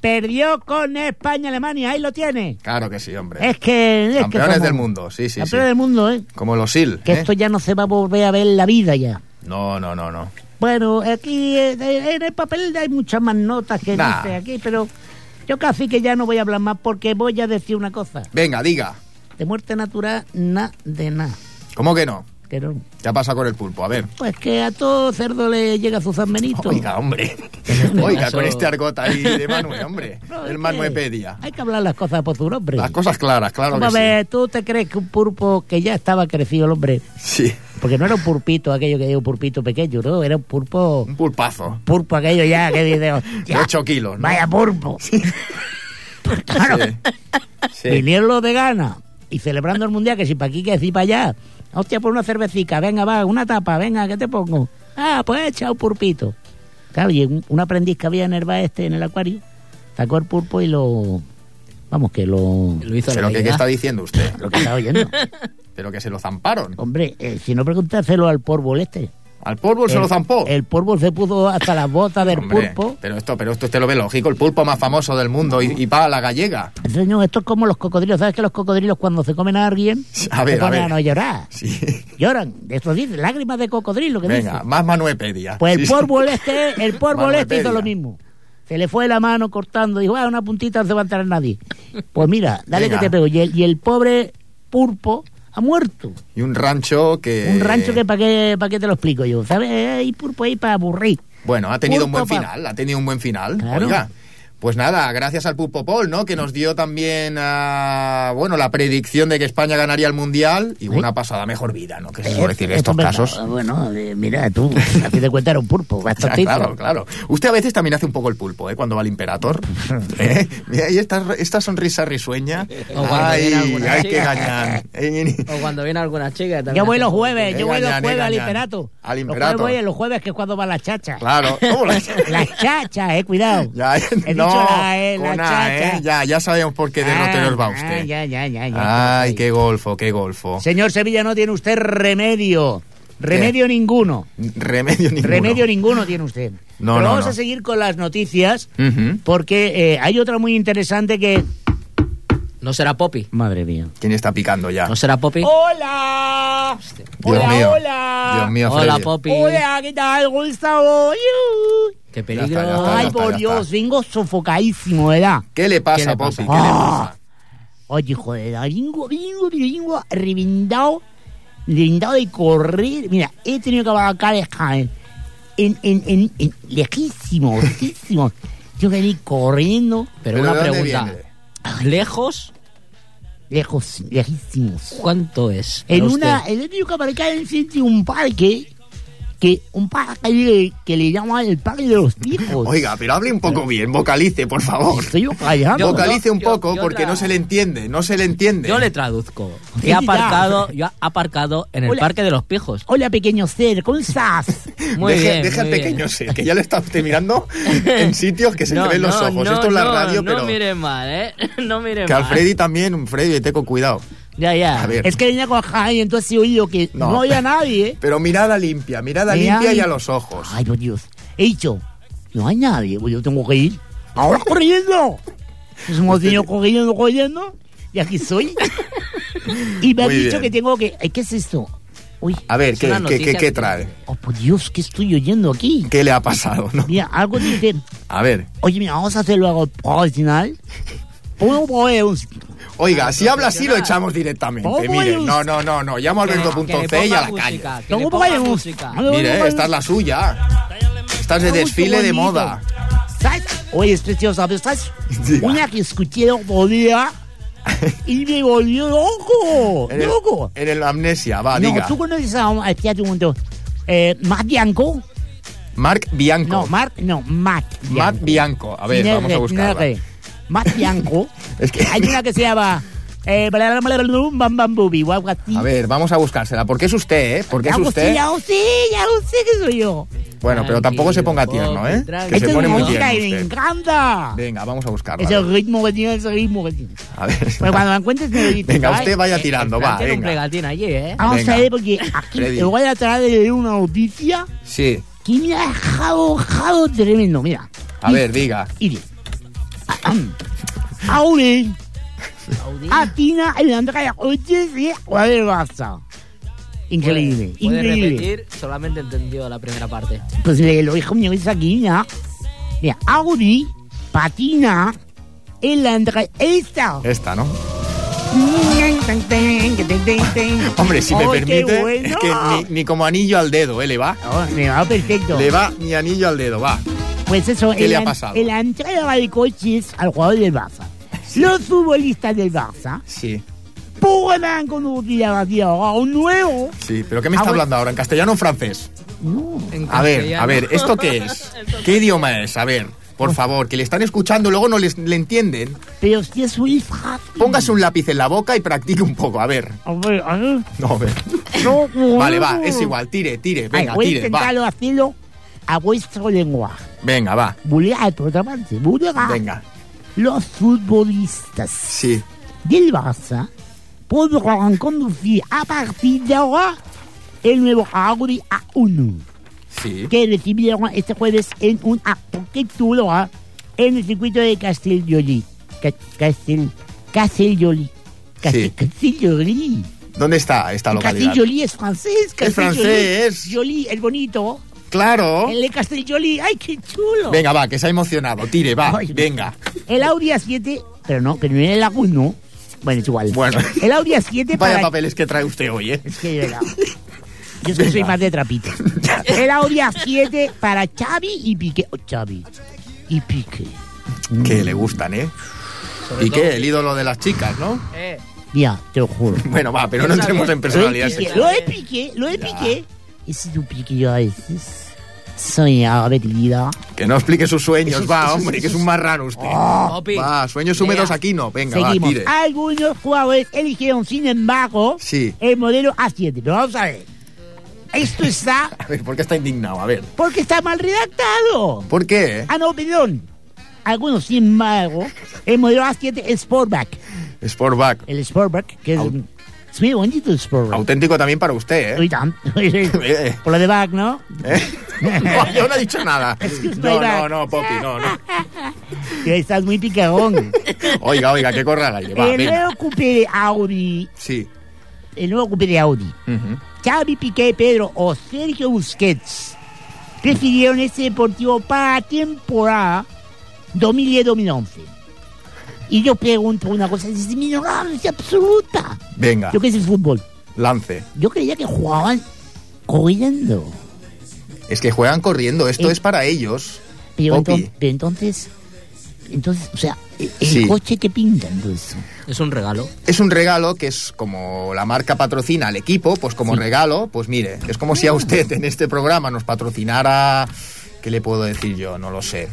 Speaker 1: perdió con España-Alemania. Ahí lo tiene.
Speaker 3: Claro que sí, hombre.
Speaker 1: Es que. Es que
Speaker 3: Campeones
Speaker 1: somos-
Speaker 3: del mundo, sí, sí, sí.
Speaker 1: Campeones del mundo, ¿eh?
Speaker 3: Como los SIL,
Speaker 1: Que
Speaker 3: ¿eh?
Speaker 1: esto ya no se va a volver a ver en la vida ya.
Speaker 3: No, no, no, no.
Speaker 1: Bueno, aquí eh, eh, en el papel hay muchas más notas que
Speaker 3: Nah.
Speaker 1: dice aquí, pero yo casi que ya no voy a hablar más porque voy a decir una cosa.
Speaker 3: Venga, diga.
Speaker 1: De muerte natural, nada de nada.
Speaker 3: ¿Cómo que no?
Speaker 1: Que no.
Speaker 3: ¿Qué ha pasado con el pulpo? A ver.
Speaker 1: Pues que a todo cerdo le llega su San Benito.
Speaker 3: Oiga, hombre. Oiga,
Speaker 2: caso-
Speaker 3: con este argot ahí de Manuel, hombre.
Speaker 1: No, es
Speaker 3: El
Speaker 1: que
Speaker 3: Manuepedia.
Speaker 1: Hay que hablar las cosas por su nombre.
Speaker 3: Las cosas claras, claro
Speaker 1: Vamos
Speaker 3: que
Speaker 1: a
Speaker 3: sí.
Speaker 1: ver, ¿tú te crees que un pulpo que ya estaba crecido el hombre?
Speaker 3: Sí.
Speaker 1: Porque no era un pulpito aquello que digo pulpito pequeño, ¿no? Era un pulpo...
Speaker 3: Un pulpazo.
Speaker 1: Pulpo aquello ya que dice...
Speaker 3: De
Speaker 1: "Hostia,
Speaker 3: 8 kilos, ¿no?
Speaker 1: Vaya pulpo. claro,
Speaker 3: Sí.
Speaker 1: vinieron los de gana y celebrando el mundial, que si para aquí, que si para allá. Hostia, por una cervecita, venga, va, una tapa, venga, ¿qué te pongo? Ah, pues echa un pulpito. Claro, y un, un aprendiz que había en el este, en el acuario, sacó el pulpo y lo. Vamos, que lo.
Speaker 2: Lo hizo
Speaker 3: Pero
Speaker 2: la
Speaker 3: que, ¿qué está diciendo usted?
Speaker 1: Lo que estaba oyendo.
Speaker 3: Pero que se lo zamparon.
Speaker 1: Hombre, eh, si no preguntárselo al polvo este.
Speaker 3: Al polvo se
Speaker 1: El-
Speaker 3: lo zampó.
Speaker 1: El polvo se puso hasta las botas del
Speaker 3: Hombre,
Speaker 1: pulpo.
Speaker 3: Pero esto, pero esto usted lo ve lógico, el pulpo más famoso del mundo y, y para la gallega.
Speaker 1: Señor, esto es como los cocodrilos. ¿Sabes que los cocodrilos cuando se comen a alguien
Speaker 3: A ver,
Speaker 1: se
Speaker 3: a
Speaker 1: ponen a,
Speaker 3: ver.
Speaker 1: no llorar?
Speaker 3: Sí.
Speaker 1: Lloran, esto dice, lágrimas de cocodrilo, que
Speaker 3: Venga,
Speaker 1: dice.
Speaker 3: más manuepedia.
Speaker 1: Pues el
Speaker 3: Sí, sí.
Speaker 1: polvo este, el polvo
Speaker 3: Manuel
Speaker 1: este hizo
Speaker 3: Pedia.
Speaker 1: lo mismo. Se le fue la mano cortando, dijo, ah, una puntita no se va a enterar nadie. Pues mira, dale
Speaker 3: Venga.
Speaker 1: que te pego. Y el, y el pobre pulpo ha muerto.
Speaker 3: Y un rancho que.
Speaker 1: Un rancho que para qué, pa' qué te lo explico yo, ¿sabes? Hay pulpo ahí para aburrir.
Speaker 3: Bueno, ha tenido un buen
Speaker 1: Pulpo pa-
Speaker 3: final, ha tenido un buen final.
Speaker 1: Claro.
Speaker 3: Oiga, pues nada, gracias al Pulpo Paul, ¿no? Que nos dio también, ah, bueno, la predicción de que España ganaría el Mundial y una pasada mejor vida, ¿no? Que se suele decir en estos
Speaker 1: Esto es
Speaker 3: casos.
Speaker 1: verdad. Bueno, eh, mira, tú, a fin de cuentas era un pulpo,
Speaker 3: Ya,
Speaker 1: bastante.
Speaker 3: claro, claro. Usted a veces también hace un poco el pulpo, ¿eh? Cuando va al Imperator. ¿Eh? Mira, y esta, esta sonrisa risueña.
Speaker 2: O cuando
Speaker 3: Ay,
Speaker 2: viene alguna
Speaker 3: hay que
Speaker 2: chica.
Speaker 3: ganar.
Speaker 2: O cuando viene alguna chica. también
Speaker 1: Yo voy
Speaker 2: hace
Speaker 1: los
Speaker 2: un-
Speaker 1: jueves, yo voy los
Speaker 3: Engañan,
Speaker 1: jueves al
Speaker 3: engañan.
Speaker 1: imperato.
Speaker 3: Al
Speaker 1: Los
Speaker 3: Imperator.
Speaker 1: jueves voy en los jueves que es cuando va la chacha.
Speaker 3: Claro. ¿Cómo la-
Speaker 1: La chacha, eh, cuidado.
Speaker 3: Ya,
Speaker 1: He
Speaker 3: no,
Speaker 1: dicho la, eh, la
Speaker 3: con A,
Speaker 1: chacha.
Speaker 3: ¿eh? Ya, ya sabemos por qué de
Speaker 1: Ah,
Speaker 3: Roteros va
Speaker 1: ah,
Speaker 3: usted.
Speaker 1: ya, ya, ya, ya.
Speaker 3: Ay, qué golfo, qué golfo.
Speaker 1: Señor Sevilla, no tiene usted remedio. Remedio ninguno.
Speaker 3: Remedio ninguno.
Speaker 1: Remedio ninguno tiene usted.
Speaker 3: No,
Speaker 1: Pero
Speaker 3: no,
Speaker 1: vamos
Speaker 3: no.
Speaker 1: a seguir con las noticias
Speaker 3: Ujú.
Speaker 1: porque eh, hay otra muy interesante que
Speaker 2: No será Poppy.
Speaker 1: Madre mía. Oh.
Speaker 3: ¿Quién está picando ya?
Speaker 2: No será Poppy.
Speaker 1: ¡Hola!
Speaker 3: Dios mío. Dios mío,
Speaker 2: Hola,
Speaker 3: Freddy.
Speaker 2: Poppy.
Speaker 1: ¿qué tal, Gustavo?
Speaker 2: Qué
Speaker 3: Ya está, ya
Speaker 2: peligro.
Speaker 3: está.
Speaker 1: Ay, por
Speaker 3: ya
Speaker 1: Dios,
Speaker 3: está.
Speaker 1: vengo sofocadísimo, ¿verdad?
Speaker 3: ¿Qué le
Speaker 2: ¿Qué
Speaker 3: pasa,
Speaker 2: le
Speaker 3: Poppy?
Speaker 2: pasa?
Speaker 3: ¿Qué le
Speaker 1: Ah.
Speaker 3: pasa?
Speaker 1: Oye, joder, la vengo, vengo, pero vengo reventado, reventado de correr. Mira, he tenido que abarcar acá en, en, en, en, en lejísimo, lejísimo. Tengo que ir corriendo,
Speaker 2: Pero,
Speaker 3: ¿Pero
Speaker 2: una
Speaker 3: de dónde
Speaker 2: pregunta.
Speaker 3: viene?
Speaker 2: ¿Lejos
Speaker 1: lejos, lejísimos.
Speaker 2: cuánto es?
Speaker 1: En
Speaker 2: para
Speaker 1: una,
Speaker 2: usted?
Speaker 1: el he tenido que abarcar enfrente de un parque, que un parque que le llaman el parque de los viejos.
Speaker 3: Oiga, pero hable un poco bien, vocalice, por favor.
Speaker 1: estoy yo callando.
Speaker 2: Yo-
Speaker 3: Vocalice un
Speaker 2: yo-
Speaker 3: poco
Speaker 2: yo
Speaker 3: porque
Speaker 2: la-
Speaker 3: no se le entiende, no se le entiende.
Speaker 2: Yo le traduzco.
Speaker 1: Sí,
Speaker 2: He
Speaker 1: ya.
Speaker 2: aparcado, yo he aparcado en el
Speaker 1: Hola.
Speaker 2: Parque de los Pijos.
Speaker 1: Hola, pequeño ser, ¿cómo estás?
Speaker 2: Muy
Speaker 3: deje
Speaker 2: bien,
Speaker 3: deje
Speaker 2: muy
Speaker 3: al
Speaker 2: bien.
Speaker 3: pequeño ser, que ya le está usted mirando en sitios que se
Speaker 2: No,
Speaker 3: le ven los
Speaker 2: no,
Speaker 3: ojos.
Speaker 2: no,
Speaker 3: Esto es la
Speaker 2: no,
Speaker 3: radio,
Speaker 2: no
Speaker 3: pero.
Speaker 2: mire mal, ¿eh? No mire
Speaker 3: Que
Speaker 2: mal.
Speaker 3: al Freddy también, Freddy, te con cuidado.
Speaker 2: Ya, ya.
Speaker 3: A ver.
Speaker 1: Es que venía con Jaime, entonces he oído que no,
Speaker 3: No.
Speaker 1: había nadie.
Speaker 3: Pero mirada limpia, mirada
Speaker 1: Mira,
Speaker 3: limpia y
Speaker 1: ay.
Speaker 3: a los ojos.
Speaker 1: Ay, por Dios. He dicho, no hay nadie, pues yo tengo que ir. Ahora corriendo. Pues hemos
Speaker 3: Este
Speaker 1: tenido corriendo, corriendo. Y aquí soy. y me han
Speaker 3: Muy
Speaker 1: dicho
Speaker 3: bien.
Speaker 1: que tengo que... ay, ¿Qué es esto? Uy,
Speaker 3: A ver,
Speaker 2: Es
Speaker 3: ¿qué,
Speaker 2: una
Speaker 3: qué-
Speaker 2: noticia
Speaker 3: qué-
Speaker 2: que
Speaker 3: qué trae?
Speaker 1: oh, por Dios, ¿qué estoy oyendo aquí?
Speaker 3: ¿Qué le ha pasado? no?
Speaker 1: Mira, algo dice,
Speaker 3: A ver,
Speaker 1: oye, mira, vamos a hacerlo algo profesional. Pongo por ahí un-
Speaker 3: oiga, si habla así lo
Speaker 2: profesional.
Speaker 3: echamos directamente.
Speaker 1: Pongo
Speaker 3: Mire,
Speaker 1: el-
Speaker 3: no, no, no, no. Llamo a
Speaker 2: Que- que le
Speaker 3: Alberto.c y a la
Speaker 2: ponga
Speaker 3: calle.
Speaker 2: música, que
Speaker 1: Pongo
Speaker 2: le
Speaker 1: por ahí
Speaker 2: ponga
Speaker 1: un-
Speaker 2: música.
Speaker 3: Mire, esta es la suya. Esta es de
Speaker 1: Ay, qué
Speaker 3: desfile de
Speaker 1: bonito.
Speaker 3: moda.
Speaker 1: ¿Sabes? Oye, es preciosa, pero ¿sabes?
Speaker 3: Sí.
Speaker 1: Una que escuché el otro día y me volvió loco,
Speaker 3: En el,
Speaker 1: loco.
Speaker 3: en el amnesia, va,
Speaker 1: no,
Speaker 3: Ah, diga.
Speaker 1: tú conoces a un, a este mundo. Eh, Matt Bianco.
Speaker 3: Marc Bianco.
Speaker 1: No, Matt, no, Matt. Bianco.
Speaker 3: Matt Bianco. A ver,
Speaker 1: Sin
Speaker 3: vamos
Speaker 1: R,
Speaker 3: a
Speaker 1: sin
Speaker 3: buscarla.
Speaker 1: R. Matt Bianco.
Speaker 3: Es que-
Speaker 1: Hay una que se llama. Eh, bla, bla, bla, bla, bla, bam, bam, bubi, o algo así.
Speaker 3: A ver, vamos a buscársela. Porque es usted, ¿eh? Porque es
Speaker 1: Ya lo sé,
Speaker 3: usted.
Speaker 1: ya lo sé, ya lo sé que soy yo.
Speaker 3: Bueno, pero tampoco se ponga
Speaker 2: Tranquilo,
Speaker 3: tierno, ¿eh?
Speaker 2: tranquilo.
Speaker 3: Que
Speaker 1: Esta
Speaker 3: se
Speaker 1: Este es
Speaker 3: pone
Speaker 1: una
Speaker 3: muy
Speaker 1: música que me
Speaker 3: tierno. usted.
Speaker 1: encanta.
Speaker 3: Venga, vamos a buscarla.
Speaker 1: Es
Speaker 3: a
Speaker 1: el
Speaker 3: ver.
Speaker 1: ritmo que tiene, es el ritmo que tiene.
Speaker 3: A ver.
Speaker 1: Pues cuando la encuentres me lo dices.
Speaker 3: Venga,
Speaker 1: ¿vale?
Speaker 3: usted vaya
Speaker 2: Eh,
Speaker 3: tirando,
Speaker 2: Fran
Speaker 3: va,
Speaker 2: tiene un
Speaker 3: venga. Ah,
Speaker 2: plegatín allí, ¿eh?
Speaker 1: Vamos
Speaker 3: Venga.
Speaker 1: a ver, porque aquí
Speaker 3: Freddy.
Speaker 1: te voy a tratar de leer una noticia
Speaker 3: Sí.
Speaker 1: que me ha dejado, dejado tremendo. Mira,
Speaker 3: A ver, diga.
Speaker 1: y bien. Audi atina el Andrea Oye y juega del Barça. Increíble,
Speaker 2: Puede
Speaker 1: increíble.
Speaker 2: repetir, solamente entendió la primera parte.
Speaker 1: Pues le lo dijo mi vez aquí, ya. Mira, Audi patina el Andrea. Esta.
Speaker 3: Esta, ¿no? Hombre, si me
Speaker 1: ¡Ay, Oh, qué
Speaker 3: permite,
Speaker 1: bueno!
Speaker 3: es que ni, ni como anillo al dedo, ¿eh? Le va.
Speaker 1: Oh, me va perfecto.
Speaker 3: Le va ni anillo al dedo, va.
Speaker 1: Pues eso,
Speaker 3: ¿Qué
Speaker 1: en
Speaker 3: le ha
Speaker 1: la-
Speaker 3: pasado?
Speaker 1: en la entrega de coches al jugador del Barça. Los futbolistas del Barça
Speaker 3: Sí,
Speaker 1: podrán conducir a partir de ahora un nuevo.
Speaker 3: sí. ¿Pero qué me está
Speaker 1: Ah, bueno.
Speaker 3: hablando ahora? ¿En castellano o en francés?
Speaker 1: No.
Speaker 2: En
Speaker 3: A ver, a
Speaker 2: castellano.
Speaker 3: ver, ¿esto qué es? ¿Qué idioma es? A ver, por favor, que le están escuchando, luego no les, le entienden.
Speaker 1: Pero si es muy fácil.
Speaker 3: Póngase un lápiz en la boca y practique un poco, a ver.
Speaker 1: A ver, a ver.
Speaker 3: No, a ver.
Speaker 1: No, no.
Speaker 3: Vale, va, es igual, tire, tire,
Speaker 1: Uh. Ay,
Speaker 3: venga,
Speaker 1: voy a
Speaker 3: tire, va.
Speaker 1: intentarlo hacerlo a vuestro lenguaje.
Speaker 3: Venga, va,
Speaker 1: Vulgar, por otra parte. Vulgar.
Speaker 3: venga.
Speaker 1: Los futbolistas
Speaker 3: Sí,
Speaker 1: del Barça podrán conducir a partir de ahora el nuevo Audi A1.
Speaker 3: sí.
Speaker 1: que recibieron este jueves en un acto que tuvo lugar en el circuito de Castelloli. Ca- Castel, Castelloli.
Speaker 3: Sí.
Speaker 1: Castel, Castelloli.
Speaker 3: ¿Dónde está esta localidad?
Speaker 1: Castelloli es francés. Castelloli.
Speaker 3: francés.
Speaker 1: Joli es bonito.
Speaker 3: Claro.
Speaker 1: El de Castelloli. ¡Ay, qué chulo!
Speaker 3: Venga, va, que se ha emocionado, tire, va,
Speaker 1: Ay.
Speaker 3: venga.
Speaker 1: El Audi A7, pero no, pero no era el A1. Bueno, es igual.
Speaker 3: Bueno.
Speaker 1: El Audi A7
Speaker 3: Vaya
Speaker 1: para...
Speaker 3: papeles que trae usted hoy, ¿eh?
Speaker 1: Es que de verdad. Yo es que soy más de trapito. El Audi A7 para Xavi y Piqué. Oh, Xavi y Piqué.
Speaker 3: Que le gustan, ¿eh?
Speaker 2: Mm. Sobre
Speaker 3: ¿Y
Speaker 2: todo-
Speaker 3: qué? El ídolo de las chicas, ¿no?
Speaker 2: Eh,
Speaker 1: Mira, te lo juro.
Speaker 3: Bueno, va, pero no entremos en
Speaker 1: Lo de
Speaker 3: personalidades.
Speaker 1: Piqué, lo de Piqué, lo de Piqué. He sido Piqué yo a veces. Soñaba vida.
Speaker 3: Que no explique sus sueños, va, hombre, que es un marrano usted.
Speaker 2: Poppy,
Speaker 3: Va, sueños húmedos
Speaker 2: lea.
Speaker 3: aquí no, venga, va,
Speaker 1: Ah, Seguimos. Ah.
Speaker 3: tire.
Speaker 1: Algunos jugadores eligieron, sin embargo,
Speaker 3: Sí.
Speaker 1: el modelo A7. Pero vamos a ver. Esto está
Speaker 3: A ver, ¿por qué está indignado? A ver.
Speaker 1: porque está mal redactado.
Speaker 3: ¿Por qué?
Speaker 1: Ah, no, perdón. Algunos, sin embargo, el modelo A7 Sportback.
Speaker 3: Sportback.
Speaker 1: El Sportback, que es
Speaker 3: Au-
Speaker 1: un Es muy bonito el programa.
Speaker 3: Auténtico también para usted,
Speaker 1: Uy,
Speaker 3: ¿eh?
Speaker 1: tam- Por lo de Bach, ¿no?
Speaker 3: ¿Eh? No, yo no he dicho nada.
Speaker 1: Excuse me,
Speaker 3: No,
Speaker 1: Iván.
Speaker 3: no, no, Poppy, no, no.
Speaker 1: Que estás muy picagón.
Speaker 3: Oiga, oiga, qué corrala lleva.
Speaker 1: el
Speaker 3: venga.
Speaker 1: nuevo coupé de Audi,
Speaker 3: Sí.
Speaker 1: el nuevo coupé de Audi,
Speaker 3: Ujú.
Speaker 1: Xavi Piqué, Pedro o Sergio Busquets prefirieron este deportivo para la temporada 2010-2011. Y yo pregunto una cosa desminorable, es absoluta.
Speaker 3: Venga,
Speaker 1: Yo que es el fútbol.
Speaker 3: lance.
Speaker 1: Yo creía que jugaban corriendo.
Speaker 3: Es que juegan corriendo, esto
Speaker 1: Eh.
Speaker 3: es para ellos.
Speaker 1: Pero,
Speaker 3: Poppy.
Speaker 1: enton- pero entonces, entonces, o sea, el, el
Speaker 3: Sí.
Speaker 1: coche que pintan, pues. entonces.
Speaker 2: Es un regalo.
Speaker 3: Es un regalo que es como la marca patrocina al equipo, pues como regalo, pues mire, es como si a usted en este programa nos patrocinara, ¿qué le puedo decir yo? No lo sé.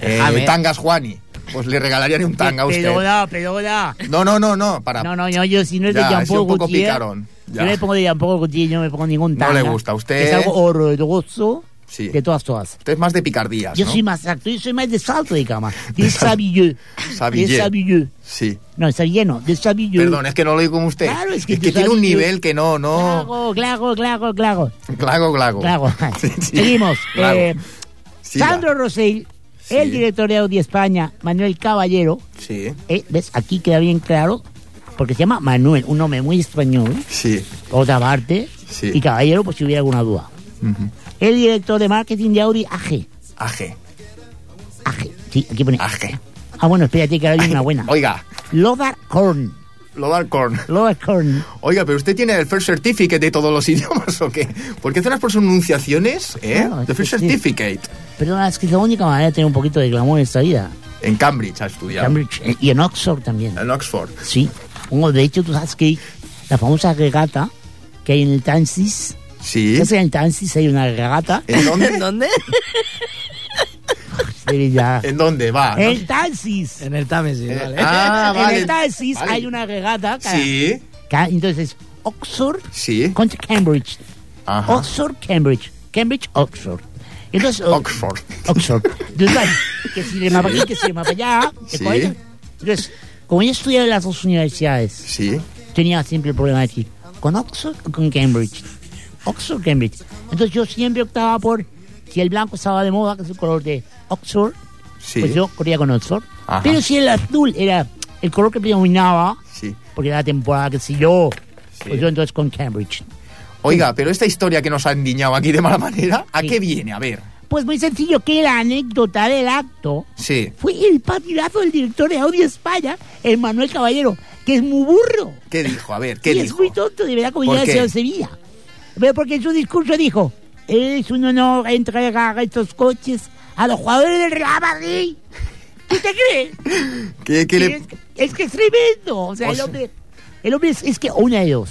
Speaker 3: Eh,
Speaker 2: Déjame.
Speaker 3: tangas Juani, pues le regalarían un tanga a usted.
Speaker 1: Perdona, perdona.
Speaker 3: No, no, no, no, para.
Speaker 1: No, no, no, yo si no es
Speaker 3: Ya,
Speaker 1: de
Speaker 3: ha sido
Speaker 1: Jean-Paul
Speaker 3: un poco
Speaker 1: Gaultier,
Speaker 3: picarón. Ya.
Speaker 1: Yo le pongo de Jean-Paul Gaultier, yo no me pongo ningún
Speaker 3: No
Speaker 1: tanga.
Speaker 3: le gusta a usted.
Speaker 1: Es algo horroroso
Speaker 3: Sí.
Speaker 1: de todas, todas.
Speaker 3: Usted es más de picardías,
Speaker 1: Yo
Speaker 3: ¿no?
Speaker 1: soy más acto, yo soy más de salto de cama. De sabilleux.
Speaker 3: Sabilleux.
Speaker 1: De sabilleux.
Speaker 3: Sí.
Speaker 1: No, sabilleux no, de sabilleux.
Speaker 3: Perdón, es que no lo digo como usted.
Speaker 1: Claro, es que yo
Speaker 3: tiene un
Speaker 1: sabía que-
Speaker 3: nivel que no, no.
Speaker 1: Claro, claro, claro, claro.
Speaker 3: Clago, clago.
Speaker 1: Claro.
Speaker 3: Oh. Sí, sí.
Speaker 1: Seguimos.
Speaker 3: Claro.
Speaker 1: Eh,
Speaker 3: Sí,
Speaker 1: Sandro Rosell,
Speaker 3: Sí.
Speaker 1: el director de Audi España, Manuel Caballero.
Speaker 3: Sí,
Speaker 1: eh, ¿Ves? Aquí queda bien claro. Porque se llama Manuel, un nombre muy español.
Speaker 3: sí.
Speaker 1: otra parte,
Speaker 3: Sí.
Speaker 1: y caballero, por si hubiera alguna duda.
Speaker 3: Ujú.
Speaker 1: El director de marketing de Audi AG.
Speaker 3: Aje,
Speaker 1: AG. Sí, aquí pone.
Speaker 3: aje.
Speaker 1: Ah, bueno, espérate que ahora hay una buena.
Speaker 3: Oiga,
Speaker 1: Lodar Korn.
Speaker 3: lo da el corn.
Speaker 1: Lodar Korn.
Speaker 3: Oiga, pero usted tiene el first certificate de todos los idiomas o qué? Porque hace unas pronunciaciones, ¿eh?
Speaker 1: Claro,
Speaker 3: The first
Speaker 1: Ah, sí, sí.
Speaker 3: certificate.
Speaker 1: Perdona, es que es la única manera de tener un poquito de glamour en esta vida.
Speaker 3: En Cambridge ha estudiado.
Speaker 1: Cambridge eh, y en Oxford también.
Speaker 3: En Oxford.
Speaker 1: Sí. Bueno, de hecho, tú sabes que la famosa regata que hay en el Tansis.
Speaker 3: Sí.
Speaker 1: Ya sea en el Tansis hay una regata.
Speaker 3: ¿En
Speaker 2: ¿En
Speaker 3: dónde?
Speaker 2: dónde?
Speaker 1: de ya-
Speaker 3: ¿En dónde va? ¿no?
Speaker 1: El Tansis.
Speaker 2: En el Támesis,
Speaker 3: Eh,
Speaker 2: vale.
Speaker 3: Ah,
Speaker 1: en
Speaker 3: vale.
Speaker 1: el Tansis
Speaker 3: Vale.
Speaker 1: hay una regata. que-
Speaker 3: Sí,
Speaker 1: que- entonces, Oxford
Speaker 3: sí.
Speaker 1: contra Cambridge.
Speaker 3: Ajá.
Speaker 1: Oxford, Cambridge. Cambridge, Oxford. Entonces, o-
Speaker 3: Oxford.
Speaker 1: Oxford. Entonces, vale, que si de mapa aquí, que si de mapa allá. ¿te
Speaker 3: Sí.
Speaker 1: acuerdas? Entonces, como yo estudié en las dos universidades,
Speaker 3: Sí.
Speaker 1: tenía siempre el problema de decir, ¿con Oxford o con Cambridge? Oxford, Cambridge. Entonces, yo siempre optaba por, si el blanco estaba de moda, que es el color de Oxford,
Speaker 3: Sí.
Speaker 1: pues yo corría con Oxford.
Speaker 3: Ajá.
Speaker 1: Pero si el azul era el color que predominaba,
Speaker 3: Sí.
Speaker 1: porque era la temporada que si yo,
Speaker 3: Sí.
Speaker 1: pues yo entonces con Cambridge.
Speaker 3: Oiga, pero esta historia que nos han endiñado aquí de mala manera, ¿a
Speaker 1: Sí.
Speaker 3: qué viene? A ver.
Speaker 1: Pues muy sencillo que la anécdota del acto
Speaker 3: Sí.
Speaker 1: fue el patinazo del director de Audio España, el Manuel Caballero, que es muy burro.
Speaker 3: ¿Qué dijo? A ver, ¿qué
Speaker 1: y es
Speaker 3: dijo?
Speaker 1: muy tonto, de verdad, como
Speaker 3: ¿Por
Speaker 1: ya
Speaker 3: qué?
Speaker 1: se Sevilla. Pero porque en su discurso dijo, es un honor entregar estos coches a los jugadores del Real Madrid. ¿Tú te crees?
Speaker 3: ¿Qué, qué le-
Speaker 1: Es, que- es que es tremendo. O sea,
Speaker 3: O
Speaker 1: el
Speaker 3: sea-
Speaker 1: hombre, el hombre es, es que una de dos.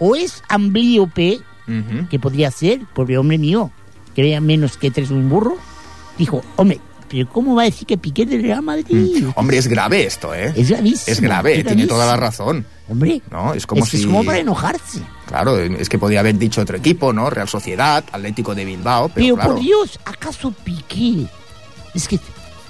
Speaker 1: O es amblíope,
Speaker 3: Ujú.
Speaker 1: que podría ser, pobre hombre mío, que era menos que tres un burro, dijo, hombre, pero ¿cómo va a decir que Piqué del Real Madrid?
Speaker 3: Hombre, es grave esto, ¿eh?
Speaker 1: Es gravísimo.
Speaker 3: Mm. Es grave,
Speaker 1: es
Speaker 3: tiene toda la
Speaker 1: gravísimo.
Speaker 3: razón.
Speaker 1: Hombre,
Speaker 3: No, es como
Speaker 1: es, que es
Speaker 3: si-
Speaker 1: como para enojarse.
Speaker 3: Claro, es que podía haber dicho otro equipo, ¿no? Real Sociedad, Atlético de Bilbao, pero,
Speaker 1: Pero,
Speaker 3: claro.
Speaker 1: por Dios, ¿acaso Piqué? Es que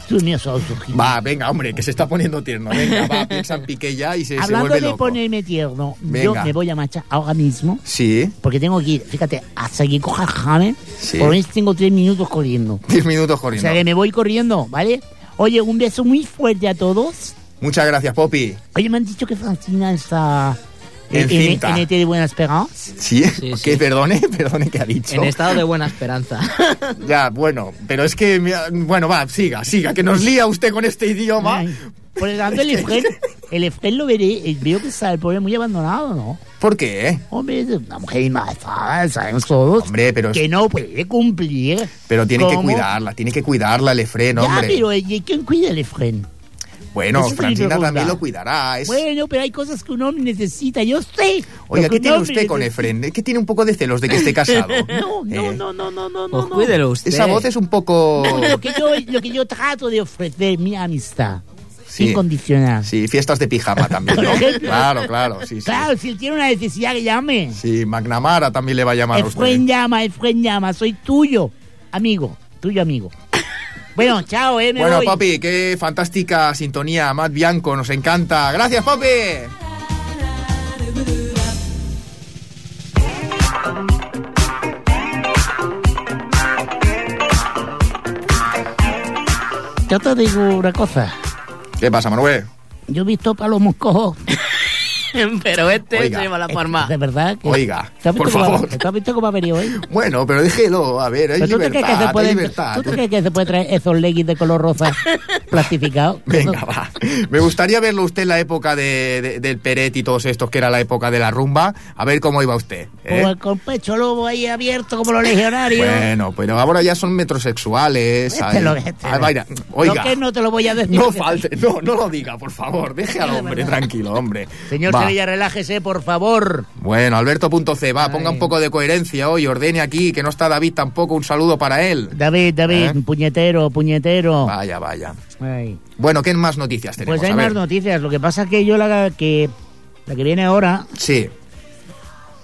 Speaker 1: tú me has dado su ojito.
Speaker 3: Va, venga, hombre, que se está poniendo tierno. Venga, va, piensa en Piqué ya y se, se
Speaker 1: Hablando
Speaker 3: vuelve
Speaker 1: de
Speaker 3: loco.
Speaker 1: ponerme tierno, yo
Speaker 3: Venga.
Speaker 1: me voy a marchar ahora mismo.
Speaker 3: Sí,
Speaker 1: Porque tengo que ir, fíjate, hasta que coja el James,
Speaker 3: Sí.
Speaker 1: por lo menos tengo tres minutos corriendo.
Speaker 3: 10 minutos
Speaker 1: O
Speaker 3: corriendo.
Speaker 1: sea que me voy corriendo, ¿vale? Oye, un beso muy fuerte a todos.
Speaker 3: Muchas gracias, Poppy.
Speaker 1: Oye, me han dicho que Francina está eh,
Speaker 3: En cinta.
Speaker 1: NT E de Buena Esperanza.
Speaker 3: Sí,
Speaker 2: Sí, sí.
Speaker 3: que perdone, perdone que ha dicho.
Speaker 1: este-
Speaker 2: En estado de buena esperanza.
Speaker 3: Ya, bueno, pero es que. me- Bueno, va, siga, siga, que nos lía usted con este idioma.
Speaker 1: Ay, Por lo tanto, el Efren, el Efren lo veré, eh, veo que está el pobre muy abandonado, ¿no?
Speaker 3: ¿Por qué? eh?
Speaker 1: Hombre, es una mujer embarazada, sabemos todos.
Speaker 3: Hombre, pero,
Speaker 1: Pues que no puede cumplir.
Speaker 3: pero tiene que
Speaker 1: ¿Cómo?
Speaker 3: cuidarla, tiene que cuidarla, el Efren,
Speaker 1: ya,
Speaker 3: hombre.
Speaker 1: pero eh, ¿y quién cuida al Efren?
Speaker 3: Bueno,
Speaker 1: Eso es
Speaker 3: Francina
Speaker 1: pregunta.
Speaker 3: también lo cuidará. Es...
Speaker 1: Bueno, pero hay cosas que un hombre necesita, yo sé.
Speaker 3: Oiga,
Speaker 1: lo que
Speaker 3: ¿qué
Speaker 1: un
Speaker 3: tiene
Speaker 1: hombre
Speaker 3: usted con
Speaker 1: necesita.
Speaker 3: Efren? ¿Qué tiene un poco de celos de que esté casado?
Speaker 1: No, no,
Speaker 3: Eh,
Speaker 1: no, no, no, no, no.
Speaker 2: Pues
Speaker 1: no.
Speaker 2: cuídelo usted.
Speaker 3: Esa voz es un poco...
Speaker 1: Lo que, yo, lo que yo trato de ofrecer, mi amistad,
Speaker 3: Sí.
Speaker 1: incondicional.
Speaker 3: Sí, fiestas de pijama también,
Speaker 1: Por
Speaker 3: ¿no?
Speaker 1: ejemplo.
Speaker 3: Claro, claro, sí, sí.
Speaker 1: Claro, si él tiene una necesidad que llame.
Speaker 3: Sí, McNamara también le va a llamar a
Speaker 1: Efren
Speaker 3: usted.
Speaker 1: llama, Efren llama, soy tuyo, amigo, tuyo amigo. Bueno, chao, eh, me
Speaker 3: Bueno,
Speaker 1: voy.
Speaker 3: papi, qué fantástica sintonía. Matt Bianco, nos encanta. ¡Gracias, papi!
Speaker 1: yo te digo una cosa.
Speaker 3: ¿Qué pasa, Manuel?
Speaker 1: Yo he visto palomos cojos.
Speaker 2: Pero este
Speaker 3: Oiga,
Speaker 2: se lleva la palma.
Speaker 1: De verdad que.
Speaker 3: Ah. Oiga,
Speaker 1: ¿Tú has visto
Speaker 3: por
Speaker 1: cómo ha-
Speaker 3: favor.
Speaker 1: ¿Tú has visto cómo ha venido hoy?
Speaker 3: Bueno, pero déjelo, a ver, hay
Speaker 1: ¿Pero tú te
Speaker 3: libertad,
Speaker 1: crees que se
Speaker 3: hay
Speaker 1: puede,
Speaker 3: libertad.
Speaker 1: ¿tú te crees que se puede traer esos leggings de color rosa plastificados?
Speaker 3: Venga, va. Me gustaría verlo usted en la época de, de- del Peret y todos estos, que era la época de la rumba, a ver cómo iba usted. ¿eh?
Speaker 1: Como el con pecho lobo ahí abierto como los legionarios.
Speaker 3: Bueno, pero ahora ya son metrosexuales.
Speaker 1: Este
Speaker 3: hay-
Speaker 1: lo- este
Speaker 3: hay
Speaker 1: lo-
Speaker 3: vaina-
Speaker 1: Lo
Speaker 3: Oiga,
Speaker 1: que no te lo voy a decir.
Speaker 3: no falte, no, no lo diga, por favor, deje al hombre tranquilo, hombre.
Speaker 1: Señor
Speaker 3: Va.
Speaker 1: Sevilla, relájese, por favor.
Speaker 3: Bueno, Alberto.c, va, ponga
Speaker 1: Ay.
Speaker 3: un poco de coherencia hoy, ordene aquí, que no está David tampoco, un saludo para él.
Speaker 1: David, David,
Speaker 3: ¿Eh?
Speaker 1: puñetero, puñetero.
Speaker 3: Vaya, vaya.
Speaker 1: Ay.
Speaker 3: Bueno, ¿qué más noticias tenemos?
Speaker 1: Pues hay
Speaker 3: A
Speaker 1: más
Speaker 3: ver.
Speaker 1: noticias. Lo que pasa es que yo la que, la que viene ahora,
Speaker 3: Sí,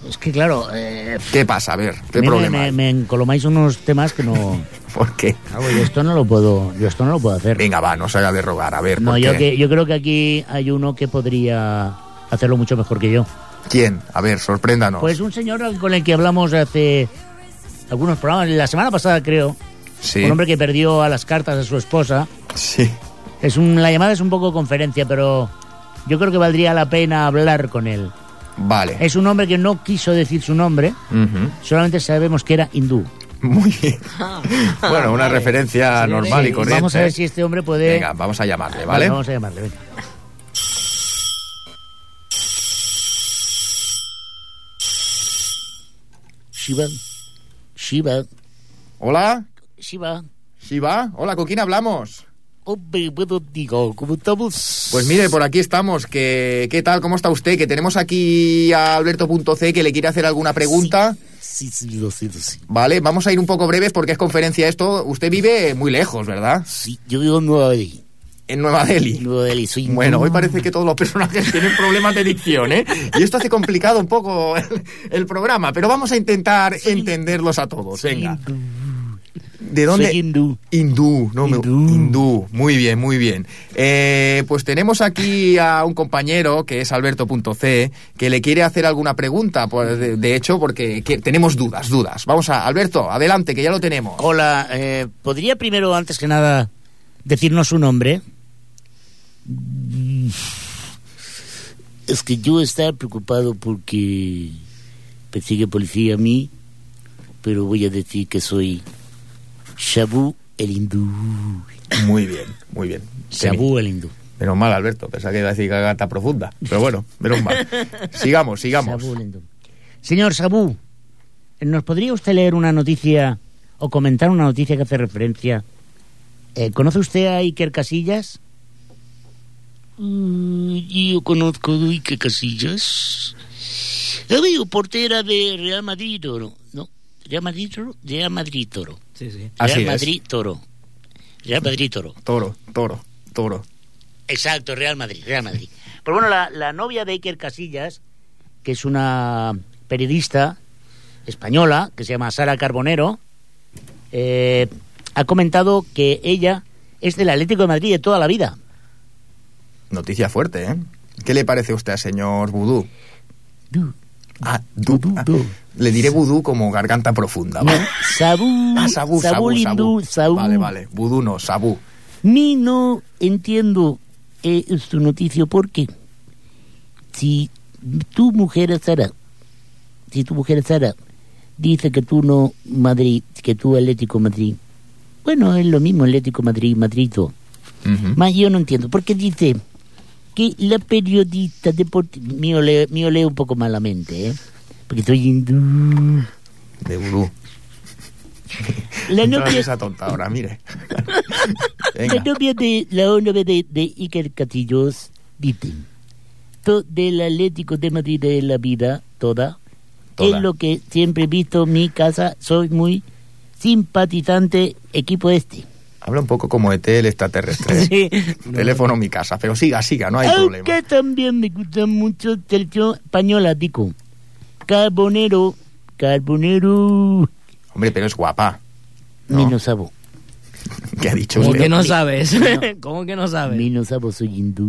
Speaker 1: es que claro, eh,
Speaker 3: ¿qué pasa? A ver, ¿qué
Speaker 1: a mí me-
Speaker 3: problema?
Speaker 1: eh, me,
Speaker 3: hay?
Speaker 1: me encolomáis unos temas que no...
Speaker 3: ¿Por qué?
Speaker 1: Claro, yo esto no lo puedo, yo esto no lo puedo hacer.
Speaker 3: Venga, va, no se haga de rogar, a ver.
Speaker 1: No,
Speaker 3: ¿por
Speaker 1: yo,
Speaker 3: qué?
Speaker 1: que, yo creo que aquí hay uno que podría hacerlo mucho mejor que yo.
Speaker 3: ¿Quién? A ver, sorpréndanos.
Speaker 1: Pues un señor al- con el que hablamos hace algunos programas, la semana pasada creo,
Speaker 3: sí,
Speaker 1: un hombre que perdió a las cartas a su esposa.
Speaker 3: sí.
Speaker 1: Es un, la llamada es un poco conferencia, pero yo creo que valdría la pena hablar con él.
Speaker 3: Vale.
Speaker 1: Es un hombre que no quiso decir su nombre,
Speaker 3: Ujú.
Speaker 1: solamente sabemos que era hindú.
Speaker 3: Muy bien. Bueno, una referencia
Speaker 2: Sí,
Speaker 3: normal
Speaker 2: sí.
Speaker 3: y corriente. ¿eh?
Speaker 1: Vamos a ver si este hombre puede...
Speaker 3: Venga, vamos a llamarle,
Speaker 1: Vale,
Speaker 3: ¿vale?
Speaker 1: vamos a llamarle, venga. Shiva, Shiva,
Speaker 3: Hola,
Speaker 1: Shiva.
Speaker 3: Shiva. Hola, ¿con quién hablamos?
Speaker 1: Hombre, bueno, digo, ¿cómo estamos?
Speaker 3: Pues mire, por aquí estamos. Que, ¿Qué tal? ¿Cómo está usted? Que tenemos aquí a Alberto.c que le quiere hacer alguna pregunta.
Speaker 1: Sí, sí, lo sé, lo sé.
Speaker 3: Vale, vamos a ir un poco breves porque es conferencia esto. Usted vive muy lejos, ¿verdad?
Speaker 1: Sí, yo vivo en Nueva Delhi.
Speaker 3: En Nueva
Speaker 1: En
Speaker 3: Delhi.
Speaker 1: Nueva Delhi, soy hindú.
Speaker 3: Bueno, hoy parece que todos los personajes tienen problemas de dicción, ¿eh? Y esto hace complicado un poco el, el programa, pero vamos a intentar entenderlos a todos. Venga. ¿De dónde?
Speaker 1: Soy hindú.
Speaker 3: Hindú, no me-
Speaker 1: Hindú.
Speaker 3: hindú. Muy bien, muy bien. Eh, pues tenemos aquí a un compañero que es Alberto.c que le quiere hacer alguna pregunta, por- de, de hecho, porque que- tenemos dudas, dudas. Vamos a, Alberto, adelante, que ya lo tenemos.
Speaker 1: Hola, eh, ¿podría primero, antes que nada, decirnos su nombre? Es que yo estaba preocupado porque persigue policía a mí, pero voy a decir que soy Shabu el hindú.
Speaker 3: Muy bien, muy bien.
Speaker 1: Shabu el hindú.
Speaker 3: Menos mal, Alberto, pensaba que iba a decir cagata profunda, pero bueno, menos mal. Sigamos, sigamos.
Speaker 1: Shabu el hindú. Señor Shabu, ¿nos podría usted leer una noticia o comentar una noticia que hace referencia? Eh, ¿Conoce usted a Iker Casillas?
Speaker 4: Mm, Yo conozco a Iker Casillas. La veo portera de Real Madrid Toro. No, Real Madrid Toro. Real Madrid Toro.
Speaker 2: Sí, sí.
Speaker 3: Así
Speaker 4: Real
Speaker 3: es.
Speaker 4: Madrid Toro. Real Madrid Toro.
Speaker 3: Toro, toro, toro.
Speaker 4: Exacto, Real Madrid, Real Madrid.
Speaker 1: Pues bueno, la, la novia de Iker Casillas, que es una periodista española, que se llama Sara Carbonero, eh, ha comentado que ella es del Atlético de Madrid de toda la vida.
Speaker 3: Noticia fuerte, ¿eh? ¿Qué le parece a usted, señor Vudú? Ah, du-
Speaker 1: Vudú,
Speaker 3: ah,
Speaker 1: du.
Speaker 3: le diré vudú como garganta profunda, ¿vale?
Speaker 1: Sabú,
Speaker 3: Ah, sabú, sabú,
Speaker 1: Lindú,
Speaker 3: sabú.
Speaker 1: sabú.
Speaker 3: Vale, vale. Vudú no, sabú.
Speaker 1: Ni no entiendo eh, su noticia porque si tu mujer Sara, si tu mujer Sara dice que tú no Madrid, que tú Atlético Madrid, bueno es lo mismo Atlético Madrid, Madrido.
Speaker 3: Ujú.
Speaker 1: Más yo no entiendo porque dice que la periodista deportiva, mío leo, mío leo un poco malamente, ¿eh? porque soy hindú.
Speaker 3: De vudú.
Speaker 1: La
Speaker 3: No
Speaker 1: novia-
Speaker 3: esa tonta ahora, mire.
Speaker 1: La
Speaker 3: Venga.
Speaker 1: novia de la novia de, de Iker Casillas dice "To- del Atlético de Madrid de la vida toda,
Speaker 3: Toda.
Speaker 1: es lo que siempre he visto en mi casa soy muy simpatizante equipo este
Speaker 3: Habla un poco como ET el extraterrestre. ¿eh? Teléfono mi casa, pero siga, siga, no hay
Speaker 1: aunque
Speaker 3: problema.
Speaker 1: también me gusta mucho selección española digo carbonero carbonero
Speaker 3: Hombre, pero es guapa. No.
Speaker 1: menos sabo
Speaker 3: ¿Qué ha dicho
Speaker 2: ¿Cómo
Speaker 3: usted?
Speaker 2: que no sabes? ¿Cómo que no sabes?
Speaker 1: menos sabo soy hindú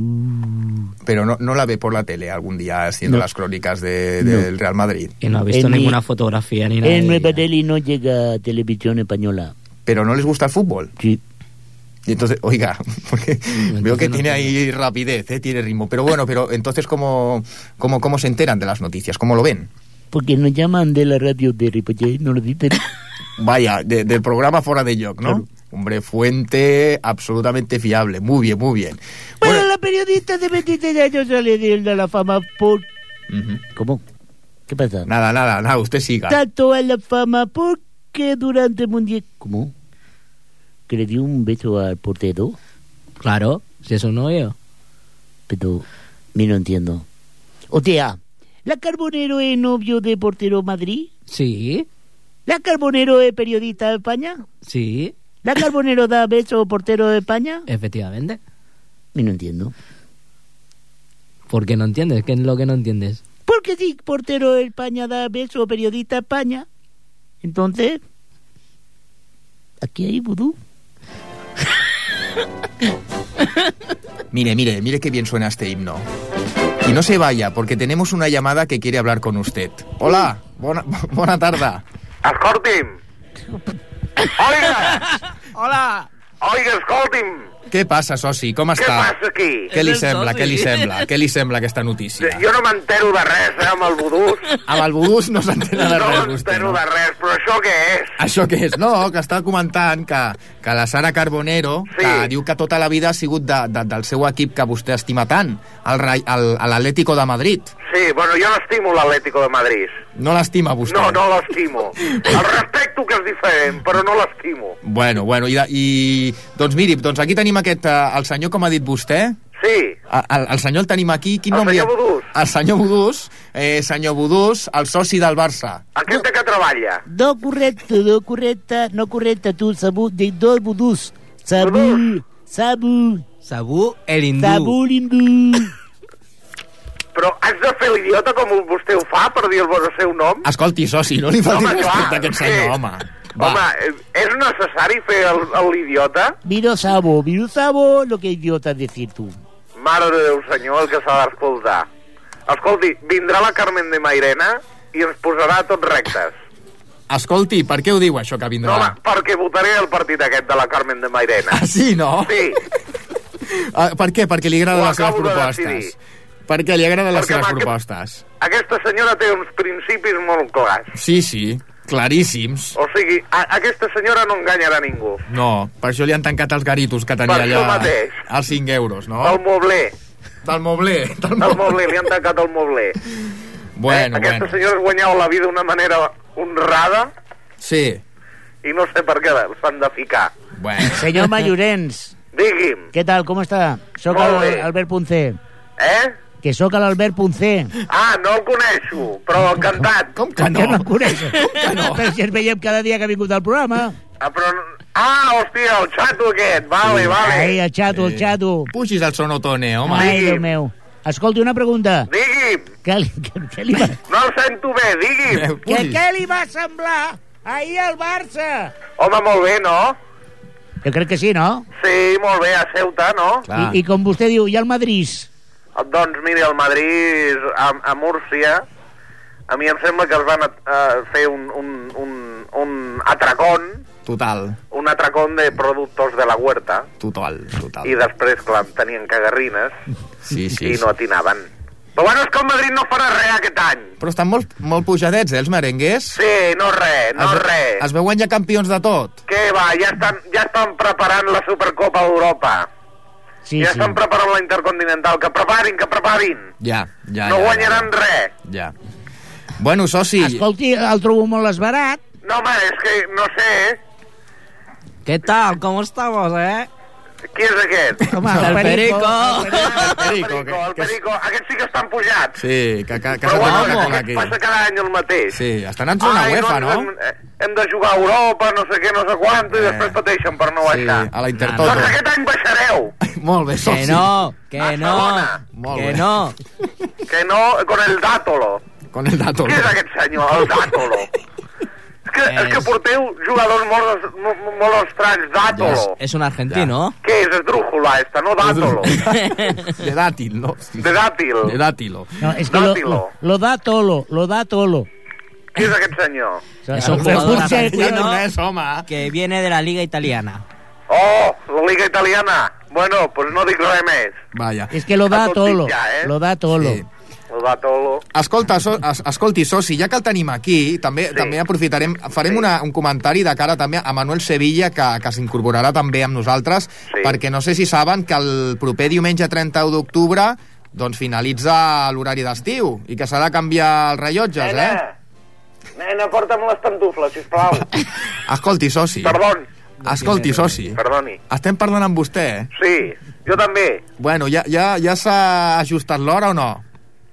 Speaker 3: Pero no, no la ve por la tele algún día haciendo
Speaker 1: No.
Speaker 3: las crónicas de- del Real Madrid.
Speaker 2: Que no ha visto
Speaker 1: En mi-
Speaker 2: ninguna fotografía ni nada. de
Speaker 1: en Nueva
Speaker 2: ella.
Speaker 1: Delhi no llega televisión española
Speaker 3: Pero no les gusta el fútbol.
Speaker 1: sí
Speaker 3: Y entonces, oiga, porque
Speaker 2: Entonces
Speaker 3: veo que
Speaker 2: no tiene.
Speaker 3: tiene ahí rapidez, ¿eh? tiene ritmo. Pero bueno, pero entonces, ¿cómo, cómo, ¿cómo se enteran de las noticias? ¿Cómo lo ven?
Speaker 1: Porque nos llaman de la radio de Ripollet, nos lo dicen.
Speaker 3: Vaya, de- del programa Fuera de Joc, ¿no?
Speaker 1: Claro.
Speaker 3: Hombre, fuente absolutamente fiable. Muy bien, muy bien.
Speaker 1: Bueno,
Speaker 3: Bueno,
Speaker 1: la periodista de 23 años sale de la fama por...
Speaker 3: ujú.
Speaker 1: ¿Cómo? ¿Qué pasa?
Speaker 3: Nada, nada, nada, usted siga.
Speaker 1: Tanto a la fama porque durante el mundial... ¿Cómo? Que le dio un beso al portero,
Speaker 2: Claro, si es un novio.
Speaker 1: pero me no entiendo. O sea, ¿la Carbonero es novio de portero Madrid?
Speaker 2: Sí,
Speaker 1: ¿La Carbonero es periodista de España?
Speaker 2: sí,
Speaker 1: ¿La Carbonero da beso portero de España?
Speaker 2: efectivamente.
Speaker 1: Y Eh, no entiendo.
Speaker 2: Porque no entiendes, ¿qué es lo que no entiendes?
Speaker 1: ¿Por qué si portero de España da beso periodista de España? Entonces, aquí hay vudú.
Speaker 3: Mire, mire, mire qué bien suena este himno. Y no se vaya, porque tenemos una llamada que quiere hablar con usted. Hola, bona, bona tarda.
Speaker 5: Escolti'm. Oiga,
Speaker 2: ¡Hola!
Speaker 5: oiga, escolti'm.
Speaker 3: Què passa, soci? Com
Speaker 5: Què
Speaker 3: està?
Speaker 5: passa aquí?
Speaker 3: Què li
Speaker 2: És el
Speaker 3: sembla,
Speaker 2: soci.
Speaker 3: què li sembla? Què li sembla aquesta notícia?
Speaker 5: Jo no m'entero de res, eh, amb el vudús.
Speaker 3: Amb el budús no s'entén de
Speaker 5: No
Speaker 3: res, vostè.
Speaker 5: m'entero
Speaker 3: No?
Speaker 5: de res, però això què és?
Speaker 3: Això què és? No, que està comentant que, que la Sara Carbonero,
Speaker 5: Sí.
Speaker 3: que diu que tota la vida ha sigut de, de, del seu equip que vostè estima tant, el Ra- el- a l'Atlético de Madrid.
Speaker 5: Sí, bueno, jo no estimo l'Atlético de Madrid.
Speaker 3: No l'estima vostè?
Speaker 5: No, no l'estimo. El respecto que és diferent, però no l'estimo.
Speaker 3: Bueno, bueno, i, de- i doncs miri, doncs aquí tenim aquest, eh, el senyor, com ha dit vostè,
Speaker 5: Sí,
Speaker 3: A- El, el senyor el tenim aquí. Quin
Speaker 5: El
Speaker 3: nom li-
Speaker 5: senyor Budús.
Speaker 3: El senyor Budús. Eh, senyor Budús, el soci del Barça.
Speaker 5: aquest de que treballa.
Speaker 1: No correcte, no correcte, no correcte, tu, sabú, de dos vudús. Sabú,
Speaker 5: Vudús.
Speaker 1: sabú,
Speaker 2: Sabú el hindú.
Speaker 1: sabú lindú.
Speaker 5: Però has de fer l'idiota com vostè ho fa per dir el vostre seu nom?
Speaker 3: Escolti, soci, no li falti
Speaker 5: Home,
Speaker 3: respecte
Speaker 5: clar,
Speaker 3: a aquest
Speaker 5: sí.
Speaker 3: senyor, home. Va.
Speaker 5: Home, eh, és necessari fer el- el- l'idiota?
Speaker 1: Miro sabo, miro sabo, lo que idiota decir tú.
Speaker 5: Mare de Déu senyor, el que s'ha d'escoltar. Escolti, vindrà la Carmen de Mairena i ens posarà tots rectes.
Speaker 3: Escolti, per què ho diu, això, que
Speaker 5: No,
Speaker 3: vindrà?
Speaker 5: home, perquè votaré el partit aquest de la Carmen de Mairena.
Speaker 3: Ah, sí, no?
Speaker 5: Sí,
Speaker 3: Ah, per què? Perquè li agraden
Speaker 5: Ho
Speaker 3: les seves
Speaker 5: acabo de
Speaker 3: propostes.
Speaker 5: decidir.
Speaker 3: Perquè li agraden les
Speaker 5: Perquè
Speaker 3: seves
Speaker 5: m'ha-
Speaker 3: propostes.
Speaker 5: aquesta senyora té uns principis molt clars.
Speaker 3: Sí, sí, claríssims.
Speaker 5: O sigui, a aquesta senyora no enganyarà ningú.
Speaker 3: No, per això li han tancat els garitos que tenia
Speaker 5: Per això
Speaker 3: allà
Speaker 5: mateix.
Speaker 3: als 5 euros, no?
Speaker 5: El mobler,
Speaker 3: Del mobler. Del
Speaker 5: el mobler, li han Eh, tancat el mobler. Eh,
Speaker 3: Bueno,
Speaker 5: aquesta
Speaker 3: bueno.
Speaker 5: senyora es guanyava la vida d'una manera honrada
Speaker 3: Sí,
Speaker 5: i no sé per què s'han de ficar.
Speaker 3: bueno.
Speaker 1: Señor Mayorens,
Speaker 5: Digui'm,
Speaker 1: ¿qué tal, cómo está? Soc el
Speaker 5: Molt bé.
Speaker 1: Albert Puncé.
Speaker 5: eh?
Speaker 1: Que soc el Albert Puncé.
Speaker 5: Ah, no el coneixo, però encantat.
Speaker 3: Com que
Speaker 1: Per
Speaker 3: no?
Speaker 1: què no el coneixes?
Speaker 3: Com que no?
Speaker 1: Però si el veiem cada dia que ha vingut al programa.
Speaker 5: Ah, però... Ah, hòstia, el xato aquest, vale, vale.
Speaker 1: Ai, el xato,
Speaker 3: Eh.
Speaker 1: el xato.
Speaker 3: Pugis al sonotone, home.
Speaker 1: Ai, Déu meu. Escolti, una pregunta.
Speaker 5: Digui'm,
Speaker 1: Què li, què, què li va,
Speaker 5: no el sento bé, digui'm.
Speaker 1: què,
Speaker 3: Pugis.
Speaker 1: què li va semblar ahir al Barça?
Speaker 5: Home, molt bé, no?
Speaker 1: Jo crec que sí, no?
Speaker 5: Sí, molt bé, a Ceuta, no?
Speaker 3: Clar.
Speaker 1: I, I com vostè diu, i al Madrid?
Speaker 5: Doncs mira, el Madrid a, a Múrcia, a mi em sembla que es van a, a fer un, un, un, un atracón,
Speaker 3: Total,
Speaker 5: un atracón de productos de la huerta,
Speaker 3: total, total.
Speaker 5: i després, clar, en tenien cagarrines
Speaker 3: Sí, sí.
Speaker 5: i
Speaker 3: sí.
Speaker 5: no atinaven. Però bueno, és que el Madrid no farà res aquest any.
Speaker 3: Però estan molt, molt pujadets, eh, els merenguers?
Speaker 5: Sí, no res, no
Speaker 3: es,
Speaker 5: res.
Speaker 3: Es veuen ja campions de tot.
Speaker 5: Què va, ja estan, ja estan preparant la Supercopa d'Europa.
Speaker 1: Sí,
Speaker 5: ja
Speaker 1: sí.
Speaker 5: estan preparant la Intercontinental. Que preparin, que preparin.
Speaker 3: Ja, ja,
Speaker 5: no
Speaker 3: ja,
Speaker 5: guanyaran res.
Speaker 3: Ja. Bueno, soci,
Speaker 1: Escolti, el trobo molt esbarat.
Speaker 5: No, home, és que no sé eh?
Speaker 2: ¿Qué tal? ¿Cómo estamos, eh?
Speaker 5: qui és aquest.
Speaker 1: Home,
Speaker 2: El
Speaker 1: perico.
Speaker 2: perico.
Speaker 5: el
Speaker 3: Perico,
Speaker 5: Perico, el
Speaker 3: que-
Speaker 5: Perico. Aquests sí que estan pujats.
Speaker 3: Sí, que, que, que
Speaker 5: Però
Speaker 3: s'ha
Speaker 5: bueno,
Speaker 3: tornat
Speaker 5: aquest
Speaker 3: a aquí.
Speaker 5: passa cada any el mateix.
Speaker 3: Sí, estan en zona
Speaker 5: Ai, doncs
Speaker 3: UEFA, no?
Speaker 5: Hem, hem de jugar a Europa, no sé què, no sé quant, i
Speaker 3: Eh.
Speaker 5: després pateixen per no
Speaker 3: Sí,
Speaker 5: baixar.
Speaker 3: a la
Speaker 5: Doncs
Speaker 3: Intertoto.
Speaker 5: aquest any baixareu.
Speaker 3: Molt bé, soci.
Speaker 2: Que no, que
Speaker 5: Ah,
Speaker 2: no,
Speaker 5: Sabona.
Speaker 3: Molt
Speaker 2: que
Speaker 3: bé.
Speaker 2: no.
Speaker 5: Que no, con el dátolo.
Speaker 3: Con el dato.
Speaker 5: Què és aquest senyor? El Dátolo. és, que, és que
Speaker 2: És-
Speaker 5: porteu jugadors molt, molt, molt estranys, Dátolo.
Speaker 2: Es un argentino.
Speaker 5: Què és, esdrújula, esta, no Dátolo.
Speaker 3: De dátil, no? Sí.
Speaker 5: De dàtil.
Speaker 3: De dátilo.
Speaker 1: No, és que lo,
Speaker 5: Dátilo.
Speaker 1: lo, lo da tolo, lo da tolo.
Speaker 5: Qui és aquest senyor?
Speaker 2: És un
Speaker 1: Albert
Speaker 2: jugador
Speaker 1: Puncé,
Speaker 2: argentino.
Speaker 1: cuidado.
Speaker 3: No és, home.
Speaker 2: Que viene de la liga italiana.
Speaker 5: Oh, la Liga Italiana. Bueno, pues no dic res més.
Speaker 3: Vaja.
Speaker 1: És que lo da
Speaker 5: Tot
Speaker 1: tolo,
Speaker 5: mitjà, eh?
Speaker 1: lo da tolo.
Speaker 3: Sí.
Speaker 5: El va tolo.
Speaker 3: Escolta, so, es, escolti, soci, ja que el tenim aquí, també sí. també aprofitarem, farem sí.
Speaker 5: Sí.
Speaker 3: una, un comentari de cara també a Manuel Sevilla, que, que s'incorporarà també amb nosaltres, sí.
Speaker 5: Sí.
Speaker 3: perquè no sé si saben que el proper diumenge 31 d'octubre doncs finalitza l'horari d'estiu i que s'ha de canviar els rellotges, eh?
Speaker 5: nena, porta'm les pantufles, sisplau.
Speaker 3: Escolti, soci,
Speaker 5: Perdon,
Speaker 3: escolti, soci,
Speaker 5: perdoni.
Speaker 3: estem parlant amb vostè, eh?
Speaker 5: Sí, jo també.
Speaker 3: Bueno, ja, ja, ja s'ha ajustat l'hora o no?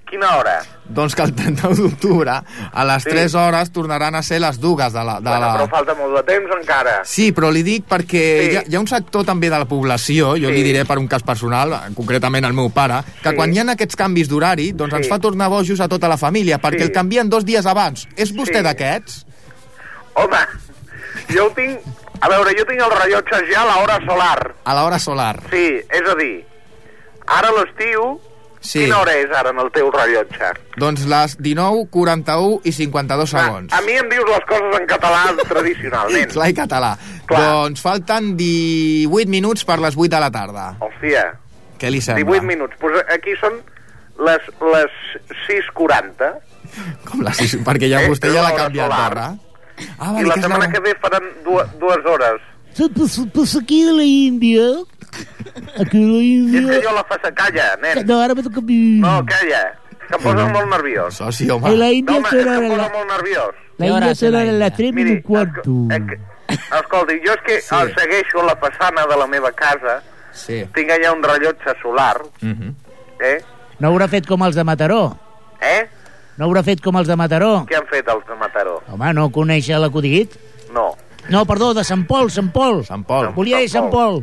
Speaker 5: Quina hora?
Speaker 3: Doncs que el 31 d'octubre a les
Speaker 5: Sí.
Speaker 3: 3 hores tornaran a ser les dues de la... De
Speaker 5: bueno,
Speaker 3: la...
Speaker 5: però falta molt de temps encara.
Speaker 3: Sí, però li dic perquè
Speaker 5: Sí.
Speaker 3: hi, ha, hi ha un sector també de la població, jo
Speaker 5: Sí.
Speaker 3: li diré per un cas personal, concretament el meu pare, que
Speaker 5: Sí.
Speaker 3: quan hi ha aquests canvis d'horari, doncs
Speaker 5: Sí.
Speaker 3: ens fa tornar bojos a tota la família, perquè
Speaker 5: Sí.
Speaker 3: el canvien dos dies abans. És vostè
Speaker 5: Sí.
Speaker 3: d'aquests?
Speaker 5: Home, jo ho tinc... A veure, jo tinc els rellotges ja a l'hora solar.
Speaker 3: A l'hora solar.
Speaker 5: Sí, és a dir, ara a l'estiu...
Speaker 3: Sí.
Speaker 5: Quina hora és ara en el teu rellotge?
Speaker 3: Doncs les 19, 41 i 52 segons.
Speaker 5: Ah, A, a mi em dius les coses en català tradicionalment.
Speaker 3: Clar i català.
Speaker 5: Clar.
Speaker 3: Doncs falten 18 minuts per les 8 de la tarda.
Speaker 5: Hòstia,
Speaker 3: Què li sembla?
Speaker 5: 18 minuts. Pues aquí són les, les 6.40
Speaker 3: Com la sis? Perquè ja
Speaker 5: Eh,
Speaker 3: vostè
Speaker 5: és
Speaker 3: ja l'ha
Speaker 5: l'hora
Speaker 3: canviat
Speaker 5: solar.
Speaker 3: d'hora. Ah,
Speaker 5: i
Speaker 3: vale,
Speaker 5: la
Speaker 3: que és
Speaker 5: setmana
Speaker 3: l'hora-
Speaker 5: que ve faran dues, dues hores.
Speaker 1: Pues, pues aquí de la India, aquí de la
Speaker 5: I és que
Speaker 1: India...
Speaker 5: jo la faça calla, nen.
Speaker 1: No, ara me toca a mi.
Speaker 5: No, calla, que em poses molt nerviós.
Speaker 3: Soci, home.
Speaker 1: Y la
Speaker 5: No,
Speaker 1: India
Speaker 5: home, és que
Speaker 1: será
Speaker 5: em
Speaker 1: de
Speaker 5: posa
Speaker 1: la,
Speaker 5: molt nerviós.
Speaker 1: la
Speaker 2: Què hora
Speaker 1: India
Speaker 2: és a la
Speaker 1: será de las
Speaker 2: India?
Speaker 1: 3
Speaker 5: Miri,
Speaker 1: menos cuarto.
Speaker 5: esco- ec- escolti, jo és que
Speaker 3: Sí.
Speaker 5: sí. el segueixo la façana de la meva casa,
Speaker 3: Sí.
Speaker 5: tinc allà un rellotge solar,
Speaker 3: Mhm.
Speaker 5: eh?
Speaker 1: No haurà fet com els de Mataró.
Speaker 5: Eh?
Speaker 1: No haurà fet com els de Mataró.
Speaker 5: Què han fet els de Mataró?
Speaker 1: Home, no conèixer l'acudit?
Speaker 5: No.
Speaker 1: No, perdó, de Sant Pol, Sant Pol.
Speaker 3: Sant Pol.
Speaker 1: Volia dir Sant
Speaker 5: Sant
Speaker 1: Pol.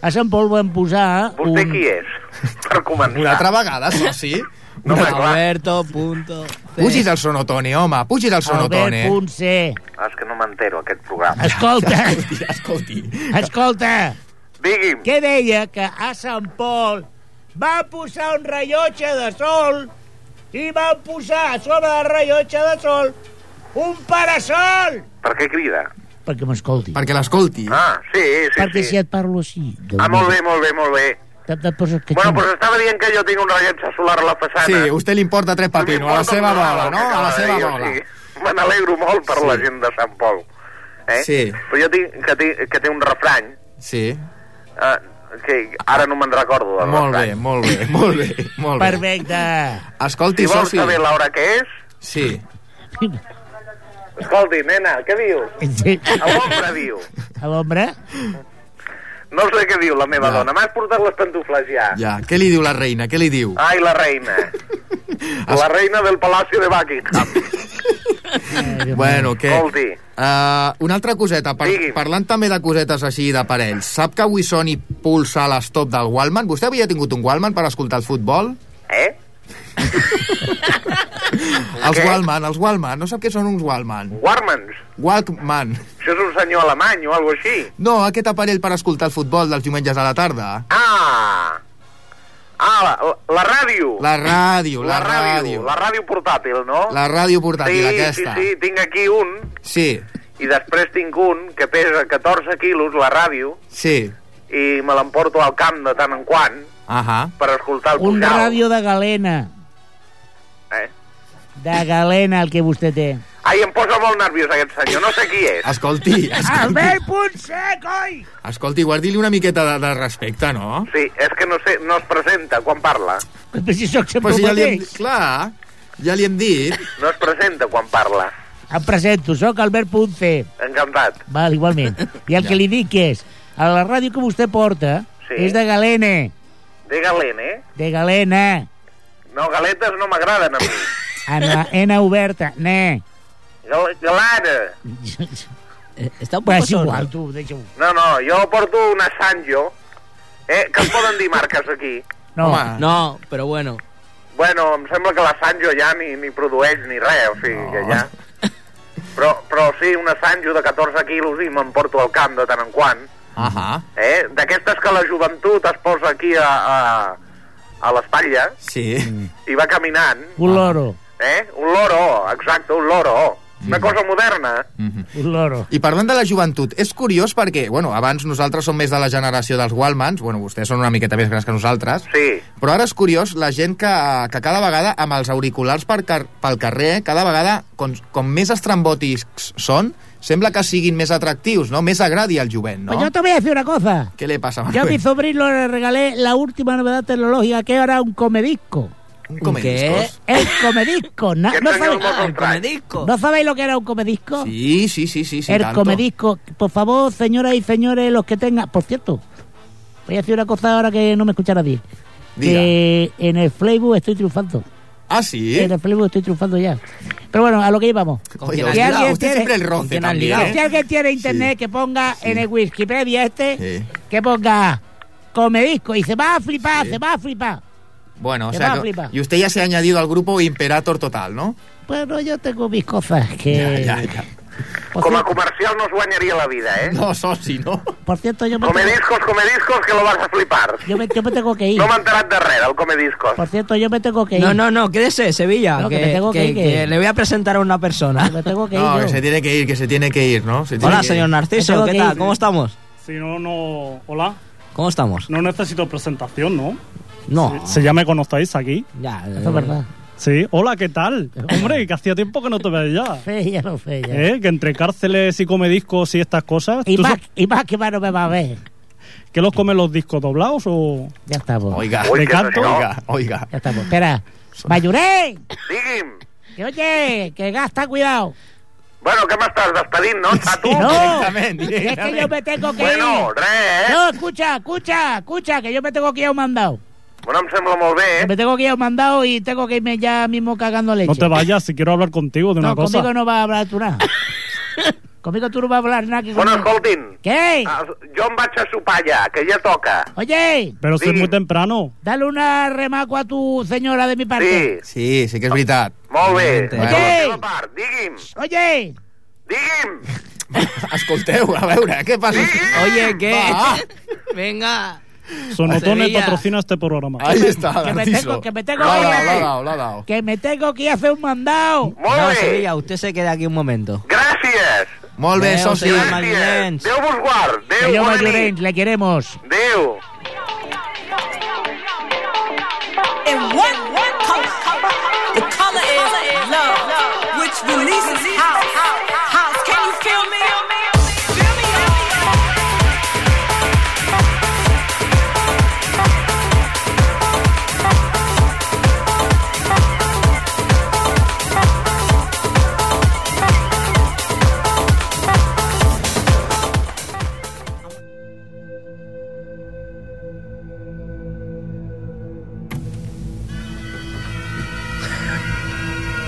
Speaker 1: A Sant Pol van posar...
Speaker 5: Vostè
Speaker 1: un...
Speaker 5: qui és? Per començar.
Speaker 3: Una altra vegada, soci.
Speaker 5: No, home, clar.
Speaker 2: Alberto, punto. C.
Speaker 3: Pugis al sonotone, home, pugis al sonotone.
Speaker 1: Albert Punt C.
Speaker 5: Ah, És que no m'entero, aquest programa.
Speaker 1: Escolta,
Speaker 3: Escolti, escolti.
Speaker 1: escolta,
Speaker 5: Digui'm.
Speaker 1: què deia que a Sant Pol va posar un rellotge de sol i van posar a sobre del rellotge de sol un parasol!
Speaker 5: Per què crida?
Speaker 1: Perquè m'escolti.
Speaker 3: Perquè l'escolti.
Speaker 5: Ah, sí, sí,
Speaker 1: perquè
Speaker 5: sí.
Speaker 1: si et parlo així... de
Speaker 5: Ah, molt
Speaker 1: manera-
Speaker 5: bé, molt bé, molt bé.
Speaker 1: Te, te poses que
Speaker 5: Bueno, doncs estava dient que jo tinc un rellotge solar a la façana.
Speaker 3: Sí, a vostè li importa tres
Speaker 5: No
Speaker 3: papinos, a la
Speaker 5: m'importa
Speaker 3: seva
Speaker 5: ah. un rave,
Speaker 3: bola,
Speaker 5: el
Speaker 3: no?
Speaker 5: que
Speaker 3: A
Speaker 5: acaba
Speaker 3: la
Speaker 5: de
Speaker 3: seva
Speaker 5: dir, o
Speaker 3: bola.
Speaker 5: sigui, Me n'alegro molt per la gent de Sant Pol. Eh?
Speaker 3: Sí.
Speaker 5: Però jo tinc, que, tinc, que té un refrany,
Speaker 3: Sí.
Speaker 5: eh, que ara no me'n recordo. del
Speaker 3: Molt bé,
Speaker 5: refrany.
Speaker 3: molt bé, molt bé, molt bé.
Speaker 1: Perfecte.
Speaker 3: Escolti,
Speaker 5: Si vols
Speaker 3: soci.
Speaker 5: saber l'hora que és,
Speaker 3: Sí.
Speaker 5: escolti, nena, què diu? A l'ombra diu.
Speaker 1: A l'ombra?
Speaker 5: No sé què diu la meva
Speaker 3: Ja.
Speaker 5: dona. M'has portat les pantufles ja.
Speaker 3: Ja, què li diu la reina? Què li diu?
Speaker 5: Ai, la reina. La reina del Palacio de Buckingham.
Speaker 3: Ah. Bueno, què?
Speaker 5: Escolti.
Speaker 3: Uh, una altra coseta, per,
Speaker 5: Digui'm.
Speaker 3: parlant també de cosetes així d'aparells, sap que avui Sony pulsa l'estop del Wallman? Vostè havia tingut un Wallman per escoltar el futbol?
Speaker 5: Eh?
Speaker 3: Els Wallman, els Wallman, no sap què són uns Wallman?
Speaker 5: Warmans.
Speaker 3: Walkman.
Speaker 5: Això és un senyor alemany o alguna així.
Speaker 3: No, aquest aparell per escoltar el futbol dels diumenges a la tarda.
Speaker 5: Ah! Ah, la, la, la ràdio.
Speaker 3: La ràdio, la, ràdio.
Speaker 5: La ràdio portàtil, no?
Speaker 3: La ràdio portàtil,
Speaker 5: sí,
Speaker 3: aquesta.
Speaker 5: Sí, sí, tinc aquí un,
Speaker 3: sí.
Speaker 5: i després tinc un que pesa 14 quilos, la ràdio,
Speaker 3: Sí, sí.
Speaker 5: i me l'emporto al camp de tant en quant
Speaker 3: Ahà.
Speaker 5: per escoltar el
Speaker 1: Un
Speaker 5: Pujol.
Speaker 1: ràdio de galena.
Speaker 5: Eh?
Speaker 1: De galena el que vostè té.
Speaker 5: Ai, em posa molt nerviós aquest senyor, no sé qui és.
Speaker 3: Escolti,
Speaker 1: Ah,
Speaker 3: escolti,
Speaker 1: Albert Ponce, coi!
Speaker 3: escolti guardi-li una miqueta de, de respecte, no?
Speaker 5: Sí, és que no sé, no es presenta quan parla.
Speaker 1: Però Pues, si sóc sempre
Speaker 3: Però Pues si
Speaker 1: el
Speaker 3: ja li hem...
Speaker 1: mateix.
Speaker 3: Clar, ja li hem dit...
Speaker 5: No es presenta quan parla.
Speaker 1: Em presento, sóc Albert Ponce.
Speaker 5: Encantat.
Speaker 1: Val, igualment. I el que li dic és, a la ràdio que vostè porta
Speaker 5: Sí.
Speaker 1: és de galena.
Speaker 5: De galent, eh?
Speaker 1: De galena.
Speaker 5: No, galetes no m'agraden a mi.
Speaker 1: Amb la N oberta. Ne.
Speaker 5: Gal galana.
Speaker 2: Eh, Està un
Speaker 1: Va,
Speaker 2: poco
Speaker 1: és Pues igual,
Speaker 2: sordo.
Speaker 1: tu, deixa-ho.
Speaker 5: No, no, jo porto una Sanjo, eh, que em poden dir marques aquí.
Speaker 1: No.
Speaker 3: Home.
Speaker 2: No, però bueno.
Speaker 5: Bueno, em sembla que la Sanjo ja ni, ni produeix ni res, o sigui, no. que ja... Però, però sí, una Sanjo de 14 quilos i m'emporto al camp de tant en quant.
Speaker 3: Ahà,
Speaker 5: Eh? D'aquestes que la joventut es posa aquí a, a, a l'espatlla
Speaker 3: sí.
Speaker 5: i va caminant,
Speaker 1: Un loro.
Speaker 5: eh? Un loro, exacte, un loro. Una cosa moderna.
Speaker 3: Mm-hmm.
Speaker 1: Un loro.
Speaker 3: I parlant de la joventut, és curiós perquè, bueno, abans nosaltres som més de la generació dels Wallmans, bueno, vostès són una miqueta més grans que nosaltres,
Speaker 5: Sí.
Speaker 3: però ara és curiós la gent que, que cada vegada, amb els auriculars per car pel carrer, cada vegada, com, com més estrambòtics són, sembla que siguin més atractius, no? Més agradi al jovent, no?
Speaker 1: Pues yo te voy a decir una cosa.
Speaker 3: Què li passa,
Speaker 1: Yo a mi
Speaker 3: Manuel?
Speaker 1: sobrino le regalé la última novedad tecnológica, que era un comedisco.
Speaker 3: Un
Speaker 2: Què?
Speaker 3: comediscos.
Speaker 1: El comedisco. Na-
Speaker 5: Que
Speaker 1: no,
Speaker 5: tenía un
Speaker 1: sabéis,
Speaker 5: motor
Speaker 2: el
Speaker 5: track.
Speaker 2: comedisco.
Speaker 1: ¿No sabéis lo que era un comedisco?
Speaker 3: Sí, sí, sí, sí, sí
Speaker 1: el
Speaker 3: tanto.
Speaker 1: comedisco. Por favor, señoras y señores, los que tengan... Por cierto, voy a decir una cosa ahora que no me escucha nadie.
Speaker 3: Diga.
Speaker 1: Que en el Facebook estoy triunfando.
Speaker 3: Ah, sí?
Speaker 1: En el Facebook estoy triunfando ya. Pero bueno, a lo que íbamos.
Speaker 2: ¿Con
Speaker 3: Oye,
Speaker 2: quién has
Speaker 3: cuidado,
Speaker 1: ligado?
Speaker 3: usted siempre el
Speaker 2: ¿Con
Speaker 3: roce
Speaker 2: quién has
Speaker 3: también,
Speaker 2: ligado?
Speaker 3: ¿eh?
Speaker 1: Si alguien tiene internet,
Speaker 3: Sí.
Speaker 1: que ponga en el Wikipedia este,
Speaker 3: Sí.
Speaker 1: que ponga comedisco. Y se va a flipar,
Speaker 3: Sí.
Speaker 1: se va a flipar.
Speaker 3: Bueno, o
Speaker 1: Te
Speaker 3: sea,
Speaker 1: va a
Speaker 3: que-
Speaker 1: flipar.
Speaker 3: y usted ya se ha añadido al grupo Imperator Total, ¿no?
Speaker 1: Bueno, yo tengo mis cosas que...
Speaker 3: Ya, ya, ya.
Speaker 1: Por,
Speaker 5: Como a
Speaker 1: cierto,
Speaker 5: comercial no os guanyaria la vida, eh?
Speaker 3: No, Sosi, ¿no?
Speaker 1: por cierto, yo me, tengo,
Speaker 5: Comediscos, comediscos, que lo vas a flipar.
Speaker 1: yo me- yo me tengo que ir.
Speaker 5: No m'ha enterat de res, del comediscos.
Speaker 1: Por cierto, yo me tengo que ir.
Speaker 2: No, no, no, quédese, Sevilla.
Speaker 1: No, que
Speaker 2: que,
Speaker 1: me tengo que
Speaker 2: que-
Speaker 1: ir, que-
Speaker 2: que le voy a presentar a una persona.
Speaker 1: Me tengo que ir
Speaker 3: No,
Speaker 1: yo.
Speaker 3: que se tiene que ir, que se tiene que ir, ¿no? Se tiene
Speaker 2: Hola,
Speaker 3: que
Speaker 2: señor
Speaker 3: ir.
Speaker 1: Me
Speaker 2: Narciso,
Speaker 1: tengo
Speaker 2: ¿qué
Speaker 1: que
Speaker 2: tal?
Speaker 1: ir.
Speaker 2: ¿Cómo estamos?
Speaker 6: Si no, no. Hola.
Speaker 2: ¿Cómo estamos?
Speaker 6: No necesito presentación, ¿no?
Speaker 2: No.
Speaker 6: Si ya me conocéis aquí.
Speaker 2: Ya, eh,
Speaker 1: Eso es verdad.
Speaker 6: Sí. Hola, ¿qué tal? Hombre, que hacía tiempo que no te veía.
Speaker 1: Sí, ya lo sé. ya.
Speaker 6: ¿Eh? Que entre cárceles y come discos y estas cosas.
Speaker 1: Y,
Speaker 6: ¿tú
Speaker 1: más,
Speaker 6: sabes
Speaker 1: y más que más no me va a ver.
Speaker 6: ¿Qué los comen los discos doblados o.?
Speaker 1: Ya estamos.
Speaker 3: Oiga,
Speaker 5: Uy,
Speaker 6: ¿De
Speaker 5: que
Speaker 6: canto?
Speaker 5: no.
Speaker 3: oiga, oiga.
Speaker 1: Ya estamos. Espera. Mayuré,
Speaker 5: Digui'm.
Speaker 1: que oye, que gasta cuidado.
Speaker 5: Bueno, què m'estàs despedint, no? Està tu?
Speaker 1: No,
Speaker 3: Directamente,
Speaker 1: es que yo
Speaker 3: directamente.
Speaker 1: me tengo que ir.
Speaker 5: Bueno, res, eh?
Speaker 1: No, escucha, escucha, escucha, que yo me tengo que ir a un mandado.
Speaker 5: Bueno, em sembla molt bé,
Speaker 1: Que
Speaker 5: eh?
Speaker 1: Me tengo que ir a un mandado y tengo que irme ya mismo cagando leche.
Speaker 6: No te vayas, si quiero hablar contigo de una
Speaker 1: No,
Speaker 6: cosa.
Speaker 1: conmigo no vas a hablar tú nada. conmigo tú no vas a hablar nada. Que
Speaker 5: Bueno,
Speaker 1: conmigo-
Speaker 5: escoltin,
Speaker 1: ¿Qué?
Speaker 5: ah, jo em vaig a sopar ja, que ja toca.
Speaker 1: Oye,
Speaker 6: Pero si es
Speaker 5: Sí.
Speaker 6: muy temprano.
Speaker 1: dale una remaco a tu señora de mi parte.
Speaker 5: Sí,
Speaker 3: Sí, sí que es verdad.
Speaker 5: molt bé.
Speaker 2: Molt bé.
Speaker 5: De la
Speaker 1: Ei!
Speaker 5: teva part, digui'm,
Speaker 1: Oye,
Speaker 5: digui'm.
Speaker 3: Escolteu, a veure, què passa?
Speaker 2: Oye, ¿qué?
Speaker 3: Va.
Speaker 2: Venga.
Speaker 6: Sonotone
Speaker 2: Sevilla.
Speaker 6: patrocina este programa.
Speaker 3: Ahí está,
Speaker 1: que me
Speaker 3: Narciso.
Speaker 1: tengo- que me tengo
Speaker 3: Lo ha
Speaker 1: que
Speaker 3: dado,
Speaker 1: ir.
Speaker 3: lo ha dado, lo ha dado.
Speaker 1: que me tengo que ir a hacer un mandado.
Speaker 5: Molt
Speaker 2: No,
Speaker 5: bé.
Speaker 2: Sevilla, usted se queda aquí un momento.
Speaker 5: Gràcies.
Speaker 3: Molt bé,
Speaker 2: Adeu,
Speaker 3: soci.
Speaker 2: senyora Mar-
Speaker 5: Gràcies.
Speaker 2: Marilens.
Speaker 5: Déu vos guard. Déu,
Speaker 1: Señor
Speaker 5: bona
Speaker 1: Mayurén,
Speaker 5: nit.
Speaker 1: le queremos.
Speaker 5: Déu.
Speaker 7: in one color. The color is love, which releases house. House, can you feel me? Feel me, y'all.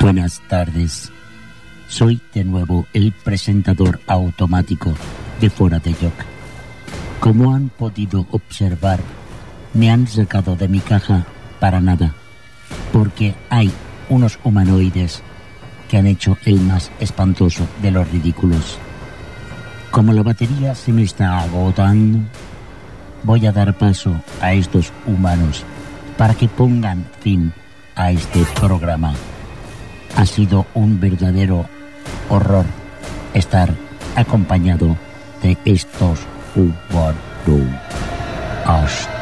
Speaker 4: Buenas tardes. Soy de nuevo el presentador automático de Fuera de Joc. Como han podido observar, me han sacado de mi caja para nada, porque hay unos humanoides que han hecho el más espantoso de los ridículos. Como la batería se me está agotando, voy a dar paso a estos humanos para que pongan fin a este programa. Ha sido un verdadero horror estar acompañado de estos humanos. Hasta